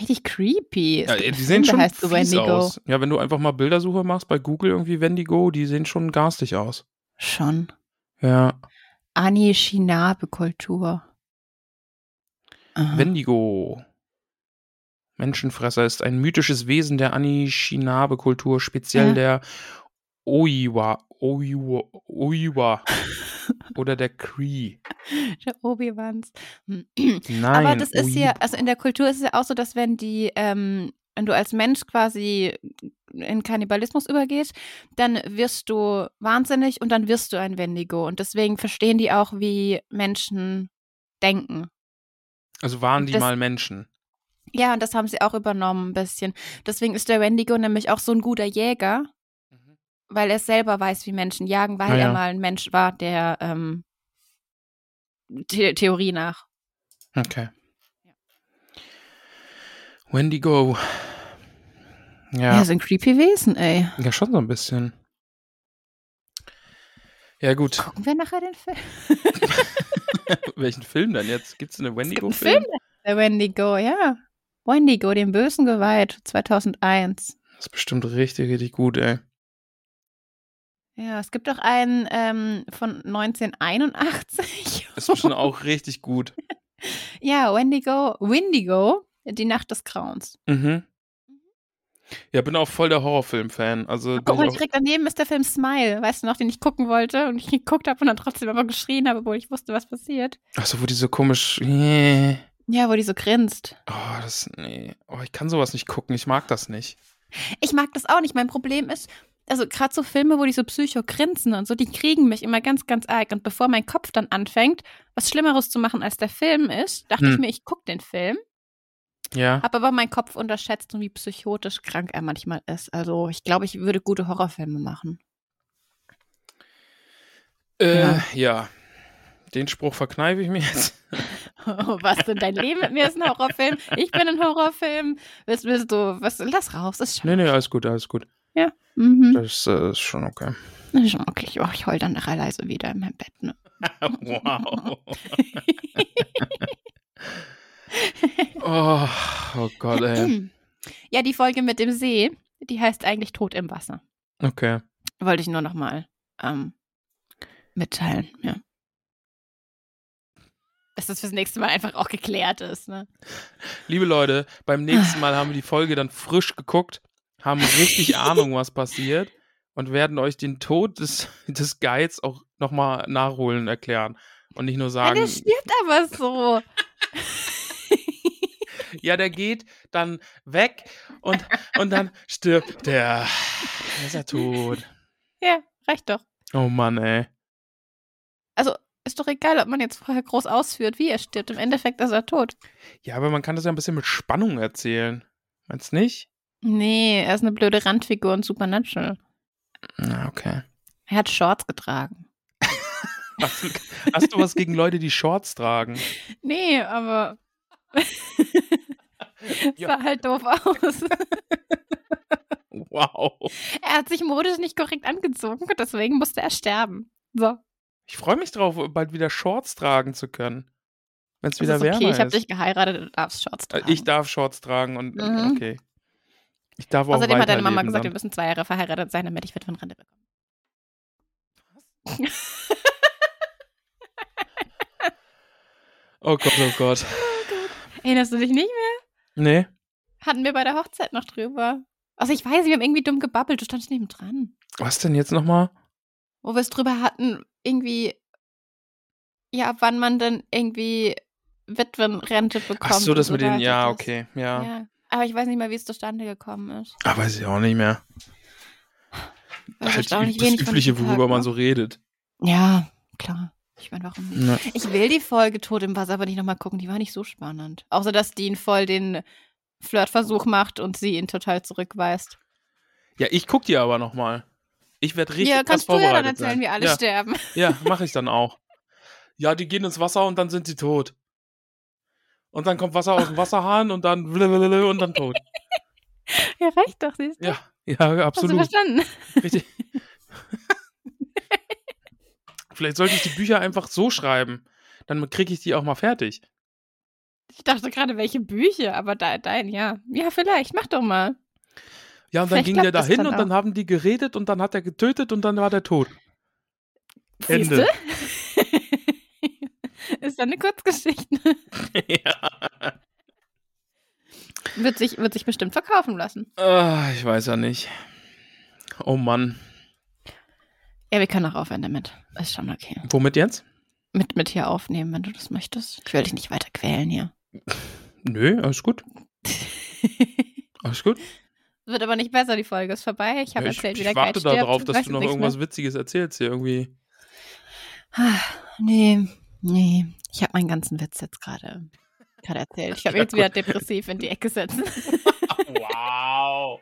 S4: Richtig creepy. Es
S2: Ja,
S4: gibt
S2: die
S4: einen
S2: sehen
S4: Film, der
S2: schon
S4: heißt so
S2: fies
S4: Wendigo.
S2: aus. Ja, wenn du einfach mal Bildersuche machst bei Google irgendwie Wendigo, die sehen schon garstig aus.
S4: Schon.
S2: Ja,
S4: Anishinabe-Kultur. Aha.
S2: Wendigo. Menschenfresser ist ein mythisches Wesen der Anishinaabe-Kultur, speziell
S4: Ja.
S2: der Oiwa, Oiwa, Oiwa oder der Cree.
S4: Der Obi-Wans. Hm.
S2: Nein, oh
S4: Aber das ist ja,
S2: Oiwa.
S4: also in der Kultur ist es ja auch so, dass wenn die, ähm, wenn du als Mensch quasi in Kannibalismus übergehst, dann wirst du wahnsinnig und dann wirst du ein Wendigo. Und deswegen verstehen die auch, wie Menschen denken.
S2: Also waren die
S4: das-
S2: mal Menschen.
S4: Ja, und das haben sie auch übernommen ein bisschen. Deswegen ist der Wendigo nämlich auch so ein guter Jäger, weil er selber weiß, wie Menschen jagen, weil
S2: Mhm. Ah, ja.
S4: er mal ein Mensch war, der ähm, The Theorie nach.
S2: Okay. Wendigo. Ja.
S4: sind creepy Wesen, ey.
S2: ja, schon so ein bisschen. Ja, gut.
S4: Gucken wir nachher den Film.
S2: Welchen Film denn jetzt? Gibt es eine
S4: Es gibt
S2: wendigo
S4: einen Film, der Wendigo, ja. Wendigo, dem Bösen geweiht, 2001.
S2: Das ist bestimmt richtig, richtig gut, ey.
S4: Ja, es gibt auch einen ähm, von 1981.
S2: Das ist bestimmt auch richtig gut.
S4: ja, Wendigo, Windigo, die Nacht des Grauens.
S2: Mhm. Ja, bin auch voll der Horrorfilm-Fan. Also,
S4: Guck
S2: bin
S4: mal,
S2: ich auch,
S4: direkt daneben ist der Film Smile, weißt du noch, den ich gucken wollte und ich geguckt habe und dann trotzdem aber geschrien habe, obwohl ich wusste, was passiert.
S2: ach so, wo die so komisch. Nee.
S4: Ja, wo die so grinst.
S2: Oh, das. Nee. Oh, ich kann sowas nicht gucken. Ich mag das nicht.
S4: Ich mag das auch nicht. Mein Problem ist, also gerade so Filme, wo die so psycho grinsen und so, die kriegen mich immer ganz, ganz arg. Und bevor mein Kopf dann anfängt, was Schlimmeres zu machen, als der Film ist, dachte
S2: Hm.
S4: ich mir, ich gucke den Film,
S2: Ja.
S4: habe aber meinen Kopf unterschätzt und wie psychotisch krank er manchmal ist. Also ich glaube, ich würde gute Horrorfilme machen.
S2: Äh, ja. Den Spruch verkneife ich mir jetzt.
S4: was denn dein Leben mit mir ist ein Horrorfilm? Ich bin ein Horrorfilm. Willst, willst du, was, lass raus, ist schon.
S2: Nee, nee, alles gut, alles gut.
S4: Mhm.
S2: Das äh, ist schon okay.
S4: Das ist schon okay, ich, oh, ich heul dann nachher leise wieder in meinem Bett. Ne?
S2: wow. oh, oh Gott, ey.
S4: Ja, die Folge mit dem See, die heißt eigentlich Tod im Wasser.
S2: Okay.
S4: Wollte ich nur nochmal ähm, mitteilen, ja. Dass das fürs nächste Mal einfach auch geklärt ist, ne?
S2: Liebe Leute, beim nächsten Mal haben wir die Folge dann frisch geguckt, haben richtig Ahnung, was passiert und werden euch den Tod des, des Guides auch nochmal nachholen erklären. Und nicht nur
S4: Ja,
S2: sagen,
S4: der stirbt aber so.
S2: ja, der geht dann weg und, und dann stirbt der. Dann Ist er tot.
S4: Ja, reicht doch.
S2: Oh Mann, ey.
S4: Ist doch egal, ob man jetzt vorher groß ausführt, wie er stirbt. Im Endeffekt ist er tot.
S2: Ja, aber man kann das ja ein bisschen mit Spannung erzählen. Meinst du nicht?
S4: Nee, er ist eine blöde Randfigur in Supernatural.
S2: Na, okay.
S4: Er hat Shorts getragen.
S2: Hast du, hast du was gegen Leute, die Shorts tragen?
S4: Nee, aber.
S2: Ja.
S4: Sah halt doof aus.
S2: Wow.
S4: er hat sich modisch nicht korrekt angezogen, deswegen musste er sterben. So,
S2: Ich freue mich drauf, bald wieder Shorts tragen zu können. Wenn es
S4: das
S2: wieder
S4: ist
S2: wärmer
S4: okay, ich habe
S2: ist.
S4: dich geheiratet, du darfst Shorts
S2: Äh,
S4: tragen.
S2: Ich darf Shorts tragen und
S4: Mhm.
S2: okay. Ich darf auch
S4: Außerdem hat deine Mama
S2: weiterleben
S4: gesagt, wir
S2: dann.
S4: müssen zwei Jahre verheiratet sein, damit ich Witwenrente bekomme.
S2: Oh Gott, oh Gott.
S4: Erinnerst du dich nicht mehr?
S2: Nee.
S4: Hatten wir bei der Hochzeit noch drüber. Also ich weiß, wir haben irgendwie dumm gebabbelt, du standst neben dran.
S2: Was denn jetzt nochmal?
S4: Wo wir es drüber hatten, irgendwie, ja, ab wann man denn irgendwie Witwenrente bekommt.
S2: Ach so, das
S4: und
S2: mit den.
S4: weiter,
S2: Ja,
S4: das-
S2: okay. Ja.
S4: Ja. Aber ich weiß nicht mehr, wie es zustande gekommen ist.
S2: Ah, weiß ich auch nicht mehr.
S4: Weil
S2: Halt,
S4: erstaunlich
S2: das
S4: wenig von
S2: Übliche,
S4: diesem
S2: worüber
S4: Tag ne?
S2: man
S4: war.
S2: so redet.
S4: Ja, klar. Ich meine, warum nicht?
S2: Ne.
S4: Ich will die Folge Tod im Wasser aber nicht nochmal gucken. Die war nicht so spannend. Außer, dass Dean voll den Flirtversuch macht und sie ihn total zurückweist.
S2: Ja, ich guck dir aber nochmal. Ich werde richtig
S4: ja,
S2: krass
S4: kannst du ja dann
S2: vorbereitet
S4: erzählen,
S2: sein.
S4: wie alle
S2: ja,
S4: sterben.
S2: ja mache ich dann auch. ja, die gehen ins Wasser und dann sind sie tot. Und dann kommt Wasser aus dem Wasserhahn und dann blablabla und dann tot.
S4: Ja, recht doch, siehst du.
S2: Ja, ja,
S4: Hast du
S2: absolut.
S4: verstanden?
S2: Richtig. Vielleicht sollte ich die Bücher einfach so schreiben. Dann kriege ich die auch mal fertig.
S4: Ich dachte gerade, welche Bücher, aber de dein, ja. Ja, vielleicht, mach doch mal.
S2: Ja, und dann
S4: Vielleicht
S2: ging der
S4: klappt das
S2: dahin
S4: dann
S2: und dann haben die geredet und dann hat er getötet und dann war der tot.
S4: Siehst
S2: Ende.
S4: du? Ist dann eine Kurzgeschichte.
S2: ja.
S4: Wird sich, wird sich bestimmt verkaufen lassen.
S2: Ah, ich weiß ja nicht. Oh Mann.
S4: Ja, wir können auch aufhören damit. Ist schon okay.
S2: Womit jetzt?
S4: Mit, mit hier aufnehmen, wenn du das möchtest. Ich will dich nicht weiter quälen hier.
S2: Nö, alles gut. Alles gut.
S4: Wird aber nicht besser, die Folge ist vorbei. Ich habe
S2: Ja,
S4: erzählt,
S2: ich
S4: wie der
S2: ich
S4: Guide
S2: warte
S4: stirbt.
S2: darauf, dass
S4: weiß
S2: du noch
S4: nichts
S2: irgendwas Witziges erzählst hier irgendwie.
S4: Mehr. Ah, Nee, nee. Ich habe meinen ganzen Witz jetzt gerade gerade erzählt. Ich habe
S2: Ja,
S4: jetzt wieder depressiv in die Ecke setzen.
S2: Wow.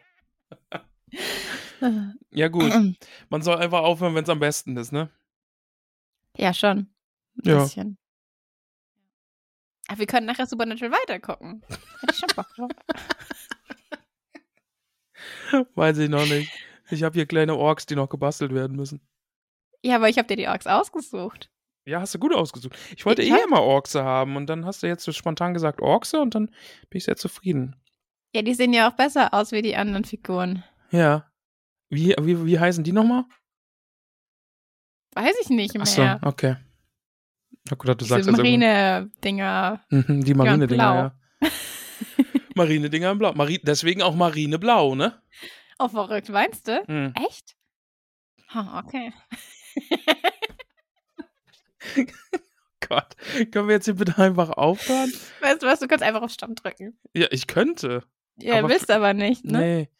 S2: Ja, gut.
S4: Mhm.
S2: Man soll einfach aufhören, wenn es am besten ist, ne?
S4: ja, schon. Ein
S2: Ja.
S4: bisschen. Aber wir können nachher Supernatural weitergucken. Hätte ich schon Bock drauf.
S2: Weiß ich noch nicht. Ich habe hier kleine Orks, die noch gebastelt werden müssen.
S4: Ja, aber ich habe dir die Orks ausgesucht.
S2: Ja, hast du gut ausgesucht. Ich wollte
S4: Ich
S2: eh
S4: hab-
S2: immer Orkse haben und dann hast du jetzt so spontan gesagt Orkse und dann bin ich sehr zufrieden.
S4: Ja, die sehen ja auch besser aus wie die anderen Figuren.
S2: Ja. Wie, wie, wie heißen die nochmal?
S4: Weiß ich nicht mehr.
S2: Achso, okay. Na gut, du sagst also
S4: Diese
S2: jetzt irgendwie-
S4: Marine-Dinger.
S2: Mhm, die Marine-Dinger,
S4: blau.
S2: ja. Marine-Dinger in Blau. Mari deswegen auch Marine-Blau, ne?
S4: Oh, verrückt, weinst du?
S2: Hm.
S4: Echt? Ah, okay.
S2: Gott. Können wir jetzt hier bitte einfach aufhören?
S4: Weißt du was, du kannst einfach auf Stamm drücken.
S2: Ja, ich könnte.
S4: Ja,
S2: Aber
S4: willst aber nicht, ne?
S2: Nee.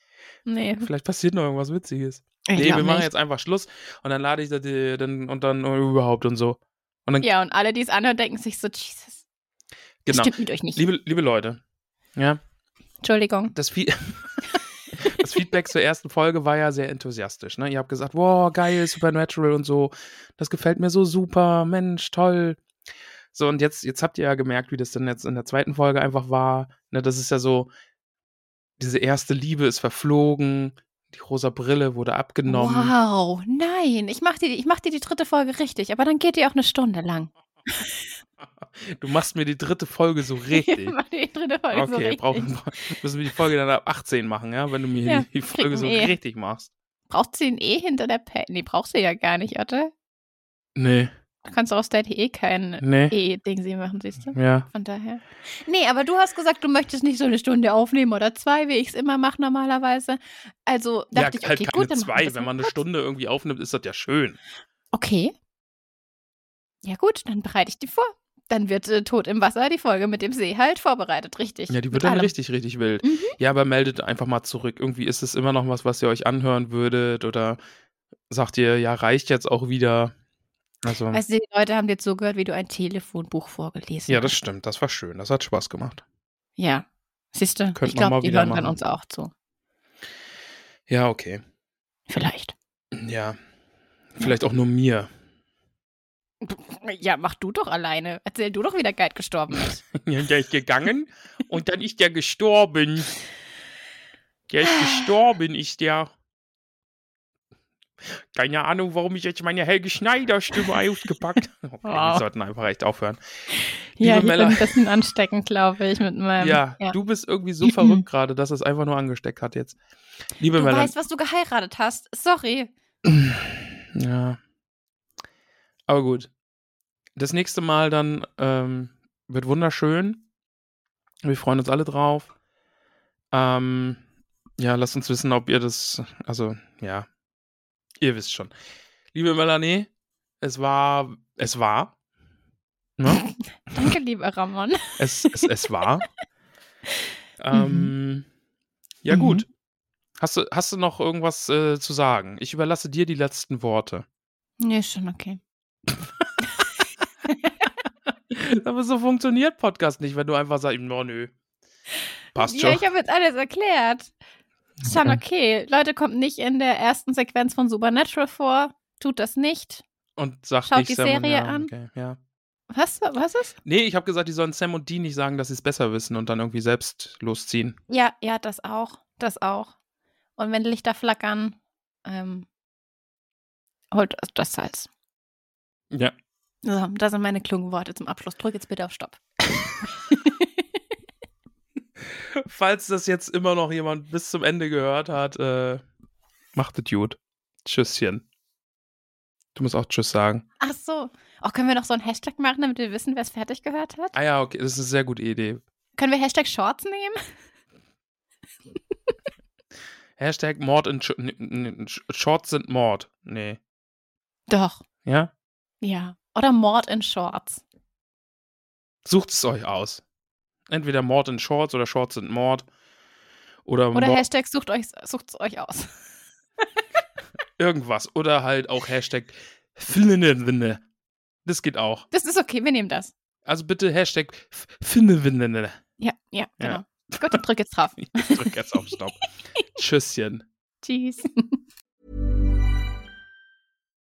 S4: Nee.
S2: Vielleicht passiert noch irgendwas Witziges.
S4: Ich
S2: nee,
S4: glaub
S2: wir machen
S4: nicht.
S2: jetzt einfach Schluss und dann lade ich das äh, dann und dann äh, überhaupt und so. Und dann
S4: Ja, und alle, die es anhören, denken sich so, Jesus, das
S2: genau.
S4: stimmt mit euch nicht.
S2: Liebe, liebe Leute, ja,
S4: Entschuldigung.
S2: das, Fe das Feedback zur ersten Folge war ja sehr enthusiastisch. Ne? Ihr habt gesagt, wow, geil, Supernatural und so. Das gefällt mir so super, Mensch, toll. So, und jetzt, jetzt habt ihr ja gemerkt, wie das dann jetzt in der zweiten Folge einfach war. Ne, das ist ja so, diese erste Liebe ist verflogen, die rosa Brille wurde abgenommen.
S4: Wow, nein, ich mach, dir, ich mach dir die dritte Folge richtig, aber dann geht die auch eine Stunde lang.
S2: Du machst mir die dritte Folge so
S4: Ich
S2: richtig.
S4: mach dir die dritte Folge so
S2: Okay,
S4: richtig.
S2: brauchen, müssen wir die Folge dann ab 18 machen, ja, wenn du mir
S4: Ja,
S2: die Folge
S4: kriegen
S2: so
S4: wir eh.
S2: richtig machst.
S4: Braucht sie den E hinter der Pay? Nee, brauchst du ja gar nicht, oder?
S2: Nee,
S4: Du kannst auch aus der eh kein
S2: nee.
S4: E-Ding sie machen, siehst du?
S2: Ja.
S4: Von daher. Nee, aber du hast gesagt, du möchtest nicht so eine Stunde aufnehmen oder zwei, wie ich es immer mache normalerweise. Also dachte
S2: ja,
S4: ich,
S2: halt
S4: okay,
S2: keine
S4: gut, dann machen wir
S2: zwei.
S4: das
S2: Wenn
S4: mal
S2: man eine
S4: kurz.
S2: Stunde irgendwie aufnimmt, ist das ja schön.
S4: Okay. Ja gut, dann bereite ich die vor. Dann wird äh, Tod im Wasser die Folge mit dem See halt vorbereitet, richtig.
S2: Ja, die
S4: Mit
S2: wird dann
S4: allem.
S2: richtig, richtig wild.
S4: Mhm.
S2: Ja, aber meldet einfach mal zurück. Irgendwie ist es immer noch was, was ihr euch anhören würdet oder sagt ihr, ja, reicht jetzt auch wieder. Also,
S4: Weißt du, die Leute haben dir zugehört, wie du ein Telefonbuch vorgelesen
S2: ja, das
S4: hast.
S2: stimmt. Das war schön. Das hat Spaß gemacht.
S4: Ja. Siehst du,
S2: Könnten
S4: ich
S2: wir mal
S4: glaube, die
S2: wieder
S4: hören dann
S2: machen.
S4: uns auch zu.
S2: Ja, okay.
S4: Vielleicht.
S2: Ja. Vielleicht auch nur mir.
S4: Ja, mach du doch alleine. Erzähl du doch, wie der Guide gestorben ist.
S2: Ja, der ist gegangen und dann ist der gestorben. Der ist gestorben, ist der. Keine Ahnung, warum ich jetzt meine Helge Schneider-Stimme ausgepackt habe. Okay, Wir
S4: Wow.
S2: sollten einfach echt aufhören.
S4: ja, ich
S2: Liebe
S4: bin
S2: Mella.
S4: ein bisschen ansteckend, glaube ich, mit meinem.
S2: ja, du bist irgendwie so verrückt gerade, dass es einfach nur angesteckt hat jetzt. Liebe
S4: Du
S2: Melanie.
S4: weißt, was du geheiratet hast. Sorry.
S2: Ja. Aber gut. Das nächste Mal dann ähm, wird wunderschön. Wir freuen uns alle drauf. Ähm, ja, lasst uns wissen, ob ihr das. Also, ja. Ihr wisst schon. Liebe Melanie, es war. Es war. Ne?
S4: Danke, lieber Ramon.
S2: Es, es, es war. ähm, ja,
S4: Mhm.
S2: gut. Hast du, hast du noch irgendwas äh, zu sagen? Ich überlasse dir die letzten Worte.
S4: Nee, ist schon okay.
S2: Aber so funktioniert Podcast nicht, wenn du einfach sagst, no, nö. Passt schon.
S4: Ja, ich habe jetzt alles erklärt. Ist schon okay. Leute, kommt nicht in der ersten Sequenz von Supernatural vor. Tut das nicht.
S2: Und sagt
S4: Schaut
S2: nicht
S4: die
S2: Sermon,
S4: Serie
S2: ja,
S4: an.
S2: Okay, ja.
S4: Was, was ist?
S2: Nee, ich habe gesagt, die sollen Sam und Dean nicht sagen, dass sie es besser wissen und dann irgendwie selbst losziehen.
S4: Ja, ja, das auch. Das auch. Und wenn Lichter flackern, ähm, holt das Salz.
S2: Ja.
S4: So, das sind meine klugen Worte zum Abschluss. Drück jetzt bitte auf Stopp.
S2: Falls das jetzt immer noch jemand bis zum Ende gehört hat, äh, macht es gut. Tschüsschen. Du musst auch Tschüss sagen.
S4: Ach so. Auch können wir noch so einen Hashtag machen, damit wir wissen, wer es fertig gehört hat?
S2: Ah ja, okay, das ist eine sehr gute Idee.
S4: Können wir Hashtag Shorts nehmen?
S2: Hashtag Mord in Sch n- n- n- Sch- Shorts sind Mord. Nee.
S4: Doch.
S2: Ja?
S4: Ja. Oder Mord in Shorts.
S2: Sucht es euch aus. Entweder Mord in Shorts oder Shorts sind Mord. Oder,
S4: Oder
S2: Mord
S4: Hashtag sucht euch, sucht's euch aus.
S2: irgendwas. Oder halt auch Hashtag Finnewinne. Das geht auch.
S4: Das ist okay, wir nehmen das.
S2: Also bitte Hashtag Finnewinne.
S4: Ja, ja, genau.
S2: Ja.
S4: Gut, dann drück jetzt drauf.
S2: Ich drück jetzt auf Stopp. Tschüsschen.
S4: Tschüss.